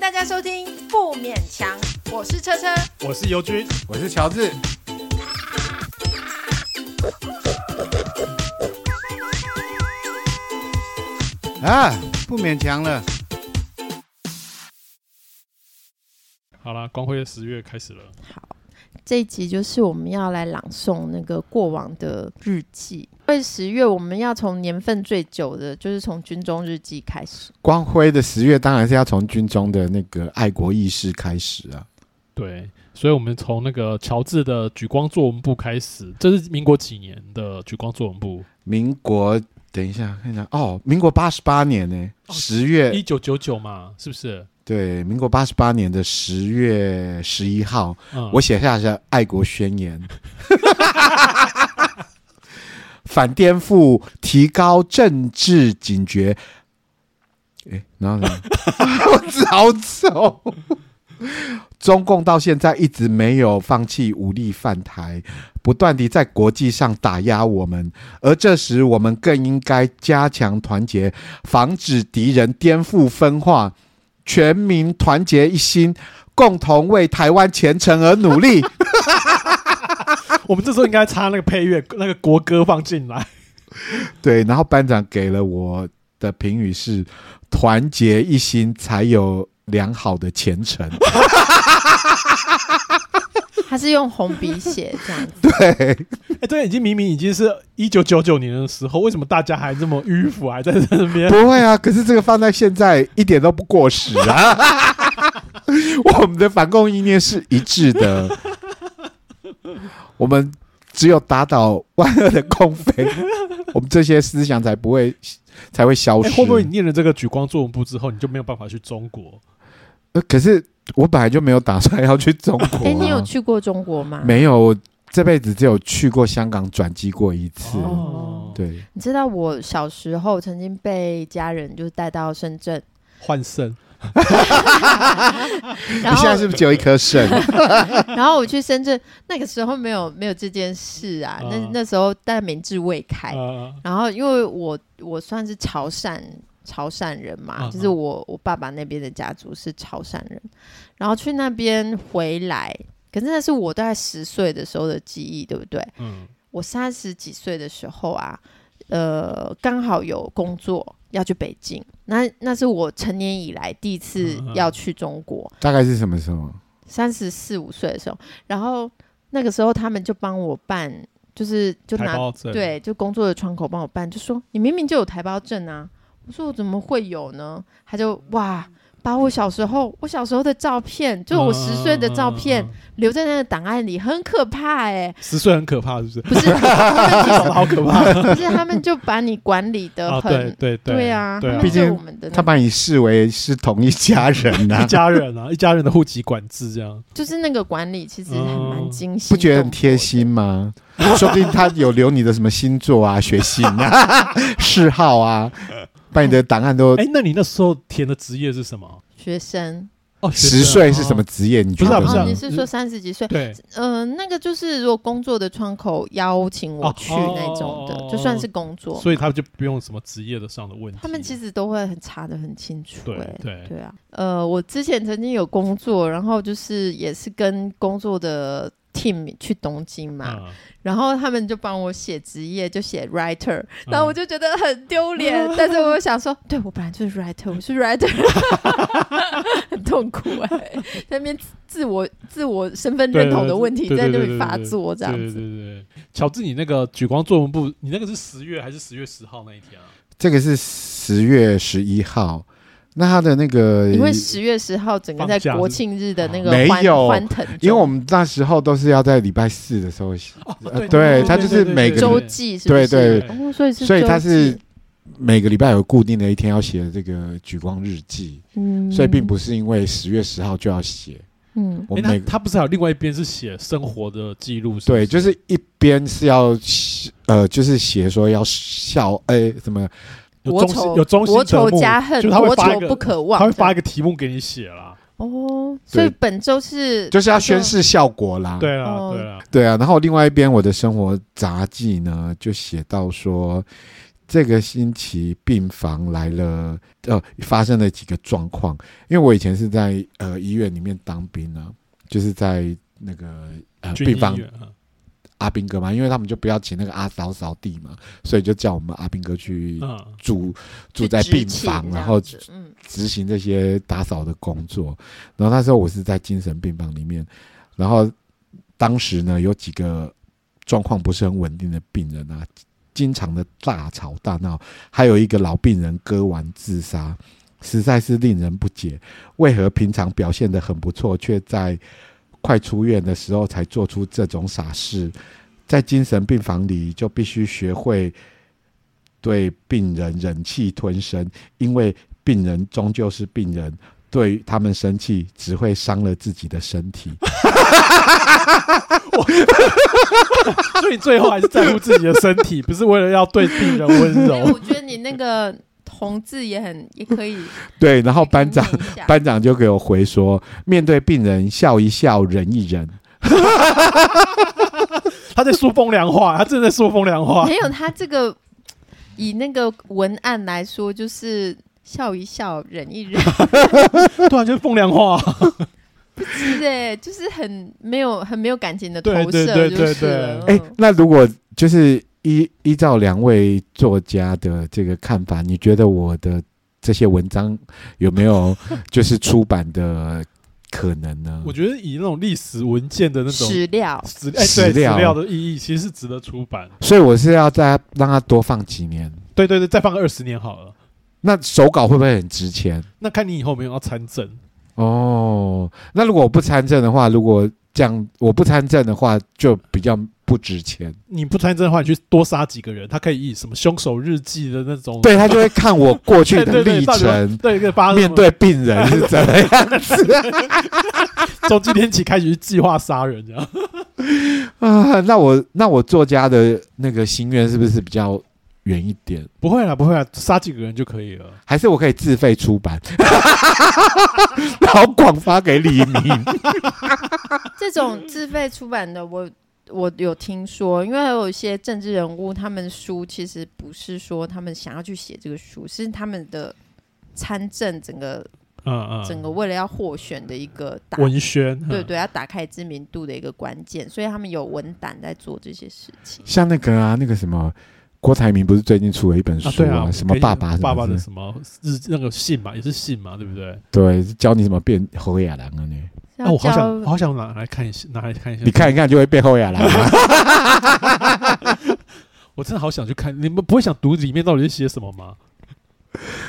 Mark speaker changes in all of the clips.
Speaker 1: 大家收听《不勉强》，我是车车。
Speaker 2: 我是尤军，
Speaker 3: 我是乔治，啊，不勉强了。
Speaker 2: 好啦，光辉的十月开始了。
Speaker 4: 这一集就是我们要来朗诵那个过往的日记。因为十月我们要从年份最久的，就是从军中日记开始。
Speaker 3: 光辉的十月当然是要从军中的那个爱国意识开始啊。
Speaker 2: 对，所以我们从那个乔治的举光作文部开始，这是民国几年的举光作文部？
Speaker 3: 民国，等一下看一下哦，民国八十八年呢、
Speaker 2: 哦
Speaker 3: 十月、
Speaker 2: 一九九九嘛，是不是？
Speaker 3: 对，民国八十八年的十月十一号，
Speaker 2: 嗯，
Speaker 3: 我写下了《爱国宣言》， 反颠覆，提高政治警觉。诶，然后呢？ 我字好丑。中共到现在一直没有放弃武力犯台，不断地在国际上打压我们，而这时我们更应该加强团结，防止敌人颠覆分化，全民团结一心，共同为台湾前程而努 力。
Speaker 2: 我们这时候应该插那个配乐，那个国歌放进来。
Speaker 3: 对，然后班长给了我的评语是：团结一心才有良好的前程。
Speaker 4: 他是用红笔写这 样子，
Speaker 3: 对，
Speaker 2: 哎，对，已经明明已经是一九九九年的时候，为什么大家还这么迂腐，还在那边？
Speaker 3: 不会啊，可是这个放在现在一点都不过时啊。 我们的反共意念是一致的，我们只有打倒万恶的共匪，我们这些思想才不会才会消
Speaker 2: 哎，
Speaker 3: 失。
Speaker 2: 会不会你念了这个举光作文部之后，你就没有办法去中国？
Speaker 3: 呃可是我本来就没有打算要去中国、啊。
Speaker 4: 哎、你有去过中国吗？
Speaker 3: 没有，我这辈子只有去过香港转机过一次。
Speaker 2: 哦，，
Speaker 3: 对，
Speaker 4: 你知道我小时候曾经被家人就是带到深 圳，
Speaker 2: 换肾。
Speaker 4: 然
Speaker 3: 你现
Speaker 4: 后
Speaker 3: 在是不是只有一颗肾？
Speaker 4: 然后我去深圳，那个时候没有没有这件事啊，那
Speaker 2: 嗯
Speaker 3: 哦
Speaker 4: 那时候但民智未开，
Speaker 2: 呃
Speaker 4: 然后因为我我算是潮汕潮汕人嘛，
Speaker 2: 嗯
Speaker 4: 就是我我爸爸那边的家族是潮汕人，然后去那边回来，可是那是我大概十岁的时候的记忆，对不对？
Speaker 2: 嗯，
Speaker 4: 我三十几岁的时候啊，呃，刚好有工作要去北京，那那是我成年以来第一次
Speaker 2: 嗯嗯
Speaker 4: 要去中国，
Speaker 3: 大概是什么时候？
Speaker 4: 三十四五岁的时候，然后那个时候他们就帮我办，就是就
Speaker 2: 台
Speaker 4: 拿
Speaker 2: 胞证。，
Speaker 4: 对，就工作的窗口帮我办，就说你明明就有台胞证啊。我说我怎么会有呢？他就哇，把我小时候我小时候的照片，就我十岁的照片、
Speaker 2: 嗯，嗯嗯嗯
Speaker 4: 留在那个档案里，很可怕哎、
Speaker 2: 嗯十岁很可怕，是不是？
Speaker 4: 不是，他
Speaker 2: 长得
Speaker 4: 们
Speaker 2: 好可怕
Speaker 4: 其 实不是他们就把你管理的
Speaker 2: 啊！
Speaker 4: 很、
Speaker 2: 对对对
Speaker 4: 啊，
Speaker 2: 对
Speaker 4: 他
Speaker 2: 啊
Speaker 4: 们
Speaker 3: 毕竟
Speaker 4: 是我们的那
Speaker 3: 他把你视为是同一家人呐、
Speaker 2: 一家人啊，一家人的户籍管制这样。
Speaker 4: 就是那个管理其实还蛮
Speaker 2: 嗯
Speaker 4: 精细、
Speaker 3: 不觉得很贴心吗？说不定他有留你的什么星座啊、血型啊、嗜好啊，把你的档案都
Speaker 2: 哎，那你那时候填的职业是什么？
Speaker 4: 学生，
Speaker 2: 哦，学生
Speaker 3: 十岁是什么
Speaker 2: 哦
Speaker 3: 职业？你觉
Speaker 2: 不是啊
Speaker 3: 得
Speaker 2: 不是啊
Speaker 4: 哦，
Speaker 3: 呢
Speaker 4: 你？是说三十几岁？
Speaker 2: 对，
Speaker 4: 呃，那个就是如果工作的窗口邀请我去
Speaker 2: 哦
Speaker 4: 那种的，
Speaker 2: 哦
Speaker 4: 就算是工作，
Speaker 2: 所以他们就不用什么职业的上的问题。
Speaker 4: 他们其
Speaker 2: 实
Speaker 4: 实都会很查的很清楚、
Speaker 2: 嗯对嗯
Speaker 4: 欸。
Speaker 2: 对
Speaker 4: 啊，呃，我之前曾经有工作，然后就是也是跟工作的 team 去东京嘛，
Speaker 2: 嗯
Speaker 4: 然后他们就帮我写职业，就写 writer，
Speaker 2: 嗯
Speaker 4: 然后我就觉得很丢 脸，但是我想说，对我本来就是 writer，我是 writer，很痛苦哎、在那边自自我自我身份认同的问题
Speaker 2: 对
Speaker 4: 在
Speaker 2: 对对
Speaker 4: 那
Speaker 2: 对
Speaker 4: 里
Speaker 2: 对
Speaker 4: 发
Speaker 2: 对
Speaker 4: 作，这样
Speaker 2: 对对
Speaker 4: 子。
Speaker 2: 对对，乔治，你那个举光作文部，你那个是十月还是十月十号那一天啊？
Speaker 3: 这个是十月十一号，那他的那个
Speaker 4: 因为十月十号整个在
Speaker 2: 放假是
Speaker 4: 国庆日的那个
Speaker 3: 没
Speaker 4: 欢
Speaker 3: 有
Speaker 4: 欢腾中，
Speaker 3: 因为我们那时候都是要在礼拜四的时候
Speaker 2: 哦
Speaker 3: 呃对他就是每个
Speaker 4: 周
Speaker 2: 对
Speaker 4: 记是不是？
Speaker 3: 对
Speaker 2: 对
Speaker 4: 哦，所以是
Speaker 3: 所以他
Speaker 4: 周
Speaker 3: 是
Speaker 4: 记，
Speaker 3: 每个礼拜有固定的一天要写这个举光日记，
Speaker 4: 嗯
Speaker 3: 所以并不是因为十月十号就要写。
Speaker 4: 嗯
Speaker 3: 我
Speaker 2: 诶
Speaker 3: 们
Speaker 2: 那
Speaker 3: 每
Speaker 2: 他不是还有另外一边是写生活的记录？不
Speaker 3: 对，就是一边是要写呃，就是写说要笑，哎，什
Speaker 2: 呃
Speaker 3: 么
Speaker 2: 有
Speaker 4: 国
Speaker 2: 中心
Speaker 4: 仇
Speaker 2: 有中心
Speaker 4: 国仇
Speaker 2: 德目
Speaker 4: 家恨，
Speaker 2: 就是他
Speaker 4: 国
Speaker 2: 会发
Speaker 4: 仇
Speaker 2: 一个
Speaker 4: 不可忘，
Speaker 2: 他会发
Speaker 4: 这样
Speaker 2: 一个题目给你写啦。
Speaker 4: 哦，所以
Speaker 3: 对
Speaker 4: 本周是
Speaker 3: 就是要宣示效果啦。
Speaker 2: 对啊，
Speaker 4: 哦
Speaker 2: 对啊，
Speaker 3: 对啊，然后另外一边我的生活杂记呢，就写到说。这个星期病房来了，呃，发生了几个状况。因为我以前是在呃医院里面当兵呢、就是在那个呃
Speaker 2: 军医
Speaker 3: 病房
Speaker 2: 院啊
Speaker 3: 阿兵哥嘛，因为他们就不要请那个阿嫂扫地嘛，所以就叫我们阿兵哥去
Speaker 2: 嗯，
Speaker 3: 住、住在
Speaker 4: 去执
Speaker 3: 病房，
Speaker 4: 勤
Speaker 3: 然后
Speaker 4: 这样子嗯，
Speaker 3: 执行这些打扫的工作。然后那时候我是在精神病房里面，然后当时呢有几个状况不是很稳定的病人啊，经常的大吵大闹，还有一个老病人割腕自杀，实在是令人不解，为何平常表现得很不错，却在快出院的时候才做出这种傻事？在精神病房里就必须学会对病人忍气吞声，因为病人终究是病人，对他们生气只会伤了自己的身体。
Speaker 2: 所以最后还是在乎自己的身体，不是为了要对病人温
Speaker 4: 所以
Speaker 2: 柔。
Speaker 4: 哎我觉得你那个红字也很也可 以。
Speaker 3: 对，然后班长
Speaker 4: 可以念一下
Speaker 3: 班长就给我回说，面对病人笑一笑，忍一忍。
Speaker 2: 他在说风凉话，他正在说风凉 话。
Speaker 4: 没有他这个以那个文案来说，就是笑一笑，忍一 忍，
Speaker 2: 突然就是风凉话，
Speaker 4: 是的，就是很没有很没有感情的投
Speaker 2: 对
Speaker 4: 射，
Speaker 2: 对对
Speaker 4: 就是
Speaker 2: 对
Speaker 4: 了
Speaker 3: 哎、
Speaker 4: 嗯
Speaker 3: 那如果就是依依照两位作家的这个看法，你觉得我的这些文章有没有 就是出版的可能呢
Speaker 2: 我？觉得以那种历史文件的那种
Speaker 4: 史料
Speaker 2: 史哎对
Speaker 3: 史
Speaker 2: 史
Speaker 3: 料
Speaker 2: 料的意义，其实是值得出版。
Speaker 3: 所以我是要再让他多放几年。
Speaker 2: 对对对，再放个二十年好了。
Speaker 3: 那手稿会不会很值钱？
Speaker 2: 那看你以后有没有要参政，
Speaker 3: 哦，那如果我不参政的话，如果这样我不参政的话，就比较不值钱。
Speaker 2: 你不参政的话，你去多杀几个人，他可以以什么凶手日记的那种
Speaker 3: 对他就会看我过去的
Speaker 2: 对对
Speaker 3: 历
Speaker 2: 到底有
Speaker 3: 程，
Speaker 2: 对一个八
Speaker 3: 面对病人是怎么样 子
Speaker 2: 从今天起开始计划杀人这样。
Speaker 3: 啊？那我那我作家的那个心愿是不是比较远一点？
Speaker 2: 不会啦，不会啦，杀几个人就可以了。
Speaker 3: 还是我可以自费出版， 然后广发给李明？
Speaker 4: 这
Speaker 2: 嗯
Speaker 4: 种自费出版的，我我有听说，因为有一些政治人物，他们书其实不是说他们想要去写这个书，是他们的参政整个
Speaker 2: 嗯嗯，
Speaker 4: 整个为了要获选的一个打。
Speaker 2: 文宣，
Speaker 4: 对
Speaker 2: 嗯，
Speaker 4: 对，要打开知名度的一个关键，所以他们有文胆在做这些事情。
Speaker 3: 像那个啊，那个什么。郭台铭不是最近出了一本
Speaker 2: 啊
Speaker 3: 书
Speaker 2: 对啊，
Speaker 3: 什么
Speaker 2: 给你
Speaker 3: 爸爸什么
Speaker 2: 爸爸
Speaker 3: 之
Speaker 2: 的
Speaker 3: 类
Speaker 2: 什么日那个信嘛，也是信嘛，对不对？
Speaker 3: 对，教你怎么变侯亚郎啊你。
Speaker 4: 那
Speaker 2: 啊，我好想我好想拿来看一下，拿来看一下。
Speaker 3: 你看一看就会变后 亚郎啊。
Speaker 2: 我真的好想去看，你们不会想读里面到底是写什么吗？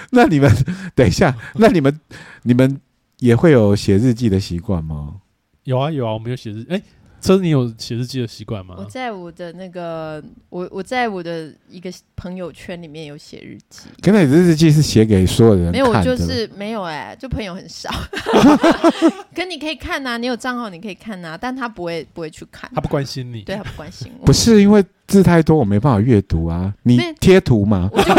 Speaker 3: 那你 们等一下，那你们你们也会有写日记的习惯吗？有
Speaker 2: 有啊有啊，我们有写日，哎、车子你有写日记的习惯吗
Speaker 4: 我？在我的那个，我我在我的一个朋友圈里面有写日记，
Speaker 3: 可能你的日记是写给所有人
Speaker 4: 没有，我
Speaker 3: 看的，
Speaker 4: 就是没有哎、就朋友很 少。可你可以看啊呐、你有账号你可以看呐、啊但他不会不会去看，
Speaker 2: 他不关心你，
Speaker 4: 对他不关心我。
Speaker 3: 不是因为字太多我没办法阅读啊？你
Speaker 4: 对
Speaker 3: 贴图嘛，
Speaker 4: 我就。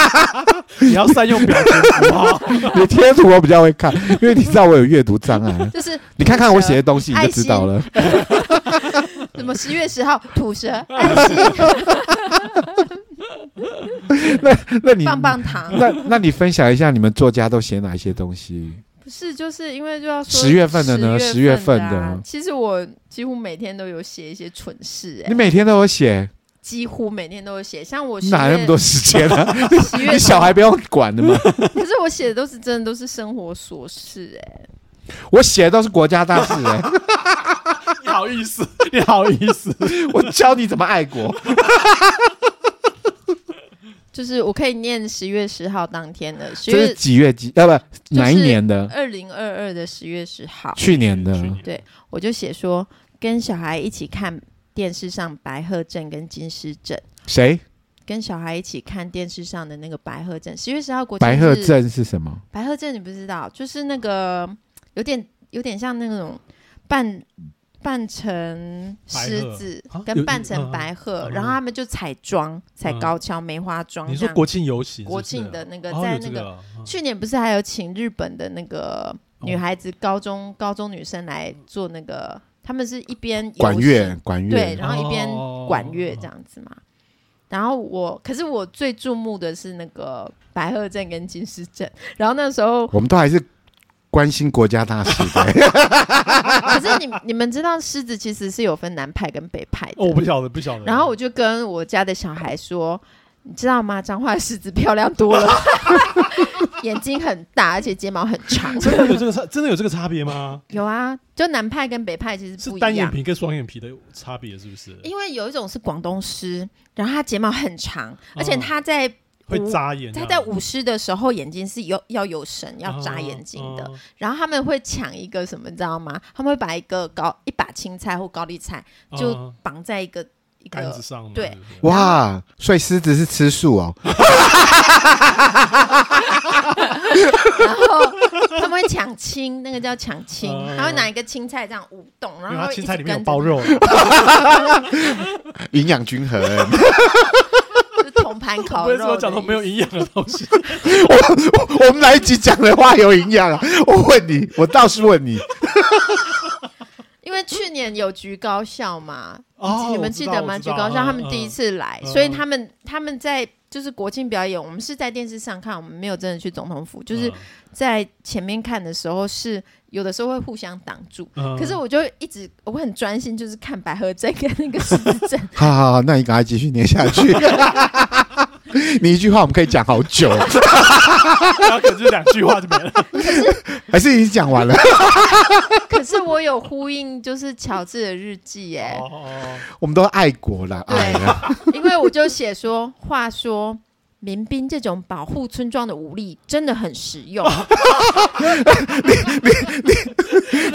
Speaker 2: 你要善用表情符号。
Speaker 3: 你贴图我比较会看，因为你知道我有阅读障 碍
Speaker 4: 就是
Speaker 3: 你看看我写的东西你就知道了。
Speaker 4: 什么十月十号吐舌哎 爱心
Speaker 3: 那你
Speaker 4: 棒棒糖，
Speaker 3: 那那你分享一下你们作家都写哪一些东西？
Speaker 4: 不是就是因为就要说
Speaker 3: 十月份的呢
Speaker 4: 十月份
Speaker 3: 十月
Speaker 4: 啊
Speaker 3: 份的
Speaker 4: 其实我几乎每天都有写一些蠢事哎、
Speaker 3: 你每天都有写，
Speaker 4: 几乎每天都有写，像我十
Speaker 3: 哪那么
Speaker 4: 月
Speaker 3: 多时间啊？
Speaker 4: 十月
Speaker 3: 你小孩不用管的吗？
Speaker 4: 可是我写的都是真的都是生活琐事哎、
Speaker 3: 我写的都是国家大事哎、
Speaker 2: 你好意思，你好意思，
Speaker 3: 我教你怎么爱 国。
Speaker 4: 就是我可以念十月十号当天的十
Speaker 3: 这是
Speaker 4: 月
Speaker 3: 几月几？呃，不，
Speaker 4: 就是呃
Speaker 3: 哪一年的？
Speaker 4: 二零二二的十月十号，
Speaker 3: 去年的。
Speaker 2: 去年
Speaker 4: 对我就写说跟小孩一起看电视上白鹤镇跟金狮镇，
Speaker 3: 谁？
Speaker 4: 跟小孩一起看电视上的那个白鹤镇，十月十号国庆
Speaker 3: 白鹤
Speaker 4: 日，
Speaker 3: 镇是什么？
Speaker 4: 白鹤镇你不知道，就是那个有点有点像那种扮扮成狮子
Speaker 2: 白鹤啊有
Speaker 4: 跟扮成白
Speaker 2: 嗯
Speaker 4: 鹤，
Speaker 2: 嗯嗯
Speaker 4: 然后他们就彩妆、彩
Speaker 2: 嗯
Speaker 4: 高跷、梅花妆这样。
Speaker 2: 你说国庆游行是不是，
Speaker 4: 国庆的那个
Speaker 2: 哦
Speaker 4: 在
Speaker 2: 有这
Speaker 4: 那个
Speaker 2: 啊嗯
Speaker 4: 去年不是还有请日本的那个
Speaker 2: 哦
Speaker 4: 女孩子，高中高中女生来做那个，他们是一边游
Speaker 3: 管
Speaker 4: 行
Speaker 3: 乐，管乐。
Speaker 4: 对，然后一边
Speaker 2: 哦
Speaker 4: 管乐这样子嘛。然后我，可是我最注目的是那个白鹤镇跟金狮镇。 然后那时候，
Speaker 3: 我们都还是关心国家大事 的。
Speaker 4: 可是你你们知道狮子其实是有分南派跟北派的。
Speaker 2: 哦，我不晓得，不晓得。
Speaker 4: 然后我就跟我家的小孩说：“你知道吗？彰化的狮子漂亮多了， 眼睛很大，而且睫毛很长。
Speaker 2: 真的有这个差，真的有这个差别吗？
Speaker 4: 有啊，就南派跟北派其实
Speaker 2: 是
Speaker 4: 不一
Speaker 2: 单眼
Speaker 4: 样。
Speaker 2: 皮跟双眼皮的差别是不是？
Speaker 4: 因为有一种是广东狮，然后它睫毛很长，而且它在
Speaker 2: 会扎眼啊，
Speaker 4: 它在舞狮的时候眼睛是有要有神，要眨眼睛的。
Speaker 2: 啊。啊
Speaker 4: 然后他们会抢一个什么，你知道吗？他们会把一个高一把青菜或高丽菜
Speaker 2: 啊
Speaker 4: 就绑在一个一
Speaker 2: 杆
Speaker 4: 个
Speaker 2: 子上嘛，
Speaker 4: 对
Speaker 2: 不，
Speaker 3: 哇，所以狮子是吃素哦，
Speaker 4: 然后他们会抢青，那个叫抢青
Speaker 2: 哦，
Speaker 4: 他会拿一个青菜这样舞动，然
Speaker 2: 因
Speaker 4: 后
Speaker 2: 为它
Speaker 4: 会一
Speaker 2: 青
Speaker 4: 直
Speaker 2: 菜里面有
Speaker 4: 跟
Speaker 2: 包
Speaker 4: 着
Speaker 2: 肉，
Speaker 3: 营养均衡。
Speaker 4: 就是铜盘烤
Speaker 2: 为什
Speaker 4: 肉
Speaker 2: 么
Speaker 4: 的
Speaker 2: 讲到没有
Speaker 4: 意思
Speaker 2: 营养的东西？
Speaker 3: 我们来一集讲的话有营养啊？我问你，我倒是问你，
Speaker 4: 因为去年有橘高校嘛，
Speaker 2: 哦
Speaker 4: 你们记得吗？
Speaker 2: 我知
Speaker 4: 橘
Speaker 2: 道
Speaker 4: 高校
Speaker 2: 嗯
Speaker 4: 他们第一次来，
Speaker 2: 嗯
Speaker 4: 所以他们他们在就是国庆表演，我们是在电视上看，我们没有真的去总统
Speaker 2: 嗯
Speaker 4: 府，就是在前面看的时候是有的时候会互相挡住。
Speaker 2: 嗯，
Speaker 4: 可 是我就一直我很专心，就是看白河镇跟那个狮子 镇，
Speaker 3: 好好好，那你赶快继续念下去。 你一句话我们可以讲好久，
Speaker 2: 然后可能就两句话 就没了。
Speaker 3: 还是已经讲完了？
Speaker 4: 可是我有呼应，就是乔治的日记耶、
Speaker 2: 哦哦
Speaker 3: 我们都爱国啦，
Speaker 4: 对
Speaker 3: 哎呀，
Speaker 4: 因为我就写说，话说民兵这种保护村庄的武力真的很实 用，
Speaker 2: 哎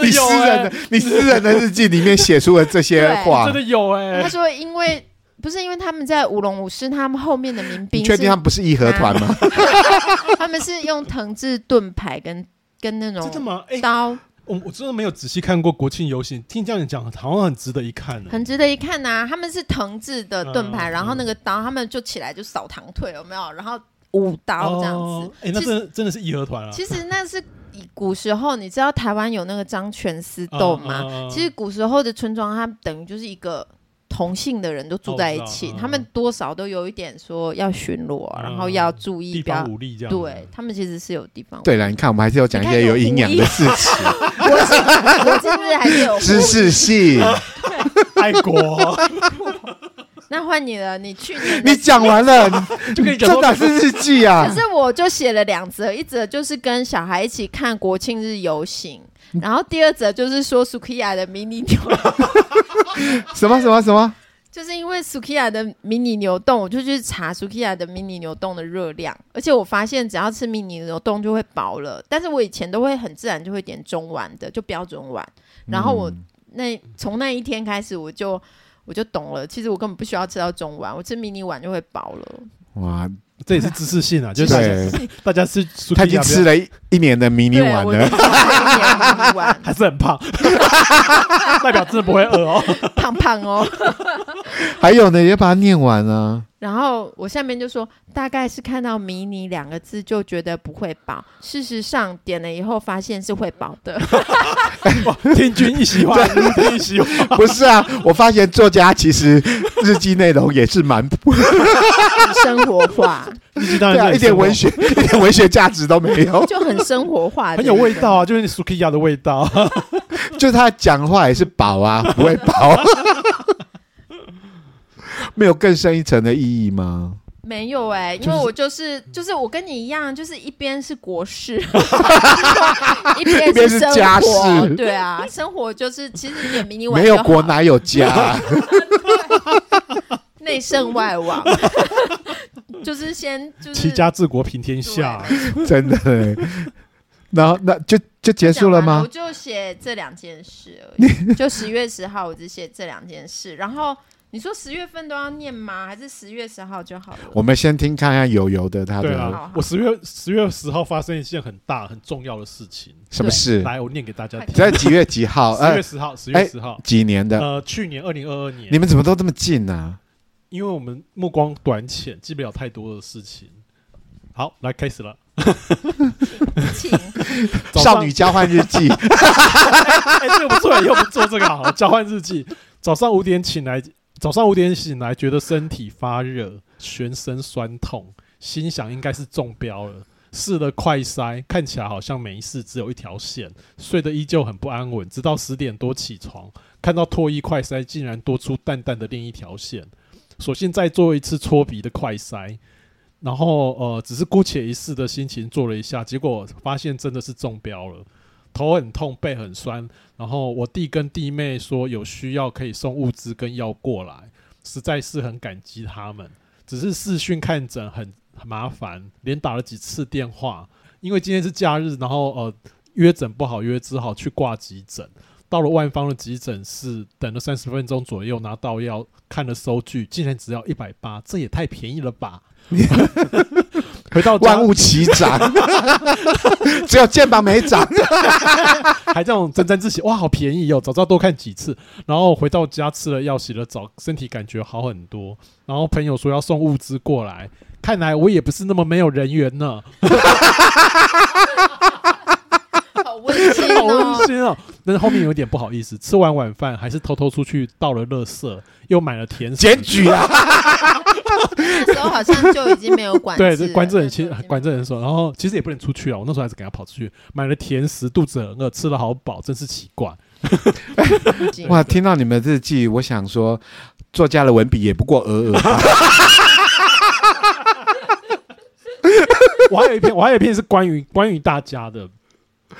Speaker 3: 你私人
Speaker 4: 欸
Speaker 3: 的，你私人的日记里面写出了这些
Speaker 2: 哦
Speaker 4: 啊
Speaker 3: 话
Speaker 2: 欸真，的有哎
Speaker 4: 他，说，因为不是因为他们在舞龙舞狮，他们后面的民
Speaker 3: 你
Speaker 4: 兵
Speaker 3: 确定他
Speaker 4: 是
Speaker 3: 们不是义和团
Speaker 4: 啊
Speaker 3: 吗？
Speaker 4: 他们是用藤制盾牌跟跟那
Speaker 2: 真的
Speaker 4: 种
Speaker 2: 吗？哎，
Speaker 4: 刀，
Speaker 2: 我我真的没有仔细看过国庆游行，听这样讲好像很值得一看呢。
Speaker 4: 很值得一看呐、他们是藤制的盾牌，
Speaker 2: 嗯
Speaker 4: 然后那个刀，他们就起来就扫堂腿，有没有？然后舞刀这样子。
Speaker 2: 哦哎，那
Speaker 4: 其
Speaker 2: 真
Speaker 4: 实
Speaker 2: 的真的是义和团啊！
Speaker 4: 其实那是以古时候，你知道台湾有那个张全私斗吗？
Speaker 2: 嗯？
Speaker 4: 其实古时候的村庄，它等于就是一个同性的人都住在一起，
Speaker 2: 哦我知道嗯
Speaker 4: 他们多少都有一点说要巡逻，
Speaker 2: 嗯
Speaker 4: 然后要注意
Speaker 2: 地
Speaker 4: 不要
Speaker 2: 方武力这样子，
Speaker 4: 对他们其实是有地方。
Speaker 3: 对了，你看我们还是有讲一些有营养的事情，
Speaker 4: 我是我是不是还 是有
Speaker 3: 知识性。
Speaker 2: 爱国
Speaker 4: 那换你了，你去年的
Speaker 3: 你讲 完了，
Speaker 2: 就跟你讲
Speaker 3: 这
Speaker 2: 说
Speaker 3: 哪是日记啊
Speaker 4: 可？是我就写了两则，一则就是跟小孩一起看国庆日游行，
Speaker 3: 嗯
Speaker 4: 然后第二则就是说 Sukiya 的迷你牛，
Speaker 3: 什么什么什么？
Speaker 4: 就是因为 Sukiya 的迷你牛冻，我就去查 Sukiya 的迷你牛冻的热量，而且我发现只要吃迷你牛冻就会饱了，但是我以前都会很自然就会点中碗的，就标准碗，然后我
Speaker 3: 嗯
Speaker 4: 那从那一天开始我就。我就懂了，其实我根本不需要吃到中碗，我吃迷你碗就会饱了。
Speaker 3: 哇，
Speaker 2: 这也是知识性啊，就是大家
Speaker 3: 对，
Speaker 2: 大家吃苏
Speaker 3: 他已经吃
Speaker 2: 了，
Speaker 3: 了一一年的迷你
Speaker 4: 对，啊
Speaker 3: 碗
Speaker 4: 我
Speaker 3: 了
Speaker 4: 就。吃了一年迷你碗，
Speaker 2: 还是很胖， 代表真的不会饿 哦。
Speaker 4: 胖胖哦。
Speaker 3: 还有呢，也把它念完啊。
Speaker 4: 然后我下面就说，大概是看到“迷你”两个字就觉得不会饱，事实上点了以后发现是会饱的。
Speaker 2: 听君一席话，如听一席话。
Speaker 3: 不是啊，我发现作家其实日记内容也是蛮
Speaker 4: 很生活化，
Speaker 2: 日记当
Speaker 3: 对
Speaker 2: 然
Speaker 3: 啊，
Speaker 2: 是
Speaker 3: 一点文学一点文学价值都没 有，
Speaker 4: 就很生活化，
Speaker 2: 很有味道。啊，就是苏 k i 的味道。
Speaker 3: 就是他讲话也是饱啊，不会饱。 没有更深一层的意义吗？
Speaker 4: 没有哎、因为我就是就是我跟你一样，就是一边是国事， 一
Speaker 3: 一边
Speaker 4: 边
Speaker 3: 是
Speaker 4: 生
Speaker 3: 家
Speaker 4: 活
Speaker 3: 事。
Speaker 4: 对啊，生活就是其实你也迷你碗
Speaker 3: 没有
Speaker 4: 就好
Speaker 3: 国哪有 家啊、
Speaker 4: 内圣外王，就是先就是
Speaker 2: 齐家治国平天下，
Speaker 3: 真的欸。然后那就就结束了
Speaker 4: 讲完我
Speaker 3: 吗？
Speaker 4: 就写这两件事而 已。就十月十号，我只写这两件事。然后你说十月份都要念吗？还是十月十号就好
Speaker 3: 我
Speaker 4: 了？
Speaker 3: 们先听看看友友的他
Speaker 2: 对
Speaker 3: 的
Speaker 4: 好
Speaker 2: 啊，我十月十月十号发生一件很大很重要的事情，
Speaker 3: 什么事？
Speaker 2: 来，我念给大家听。
Speaker 3: 在几月几号？
Speaker 2: 十
Speaker 3: 呃
Speaker 2: 月，十号，十
Speaker 3: 哎
Speaker 2: 月十号，
Speaker 3: 几年的？
Speaker 2: 呃，去年二零二二年，
Speaker 3: 你们怎么都这么近啊呢、
Speaker 2: 因为我们目光短浅，记不了太多的事情。好，来开始了。
Speaker 4: 请
Speaker 2: 早上
Speaker 3: 少女交换日 记，
Speaker 2: 哎，这个不错，以后我们做这个好了。交换日记，早上五点醒来，早上五点醒来，觉得身体发热，全身酸痛，心想应该是中标了。试了快筛，看起来好像没事，只有一条线。睡得依旧很不安稳，直到十点多起床，看到唾液快筛竟然多出淡淡的另一条线，索性再做一次搓鼻的快筛。然后呃，只是姑且一试的心情做了一下，结果发现真的是中标了，头很痛，背很酸。然后我弟跟弟妹说有需要可以送物资跟药过来，实在是很感激他们。只是视讯看诊很很麻烦，连打了几次电话，因为今天是假日，然后呃约诊不好约，只好去挂急诊。到了万方的急诊室，等了三十分钟左右，拿到药，看了收据，竟然只要一百八，这也太便宜了吧！回到家
Speaker 3: 万物齐涨， 只有肩膀没涨。
Speaker 2: 还这种沾沾自喜，哇，好便宜哦！早知道多看几次。然后回到家吃了药，洗了澡，身体感觉好很多。然后朋友说要送物资过来，看来我也不是那么没有人缘 呢，
Speaker 4: 好温馨
Speaker 2: 好
Speaker 4: 哦
Speaker 2: 温。馨哦。但是后面有点不好意思，吃完晚饭还是偷偷出去倒了垃圾，又买了甜食。
Speaker 3: 检举啊！
Speaker 4: 那时候好像就已经没有管制
Speaker 2: 对，
Speaker 4: 了，
Speaker 2: 这管制很
Speaker 4: 清
Speaker 2: 清，，管制很爽。然后其实也不能出去啊，我那时候还是给他跑出去，买了甜食，肚子很饿，吃了好饱，真是奇怪。
Speaker 3: 哇，听到你们的日记，我想说，作家的文笔也不过尔尔。
Speaker 2: 我还有一篇，我还有一篇是关于关于大家的，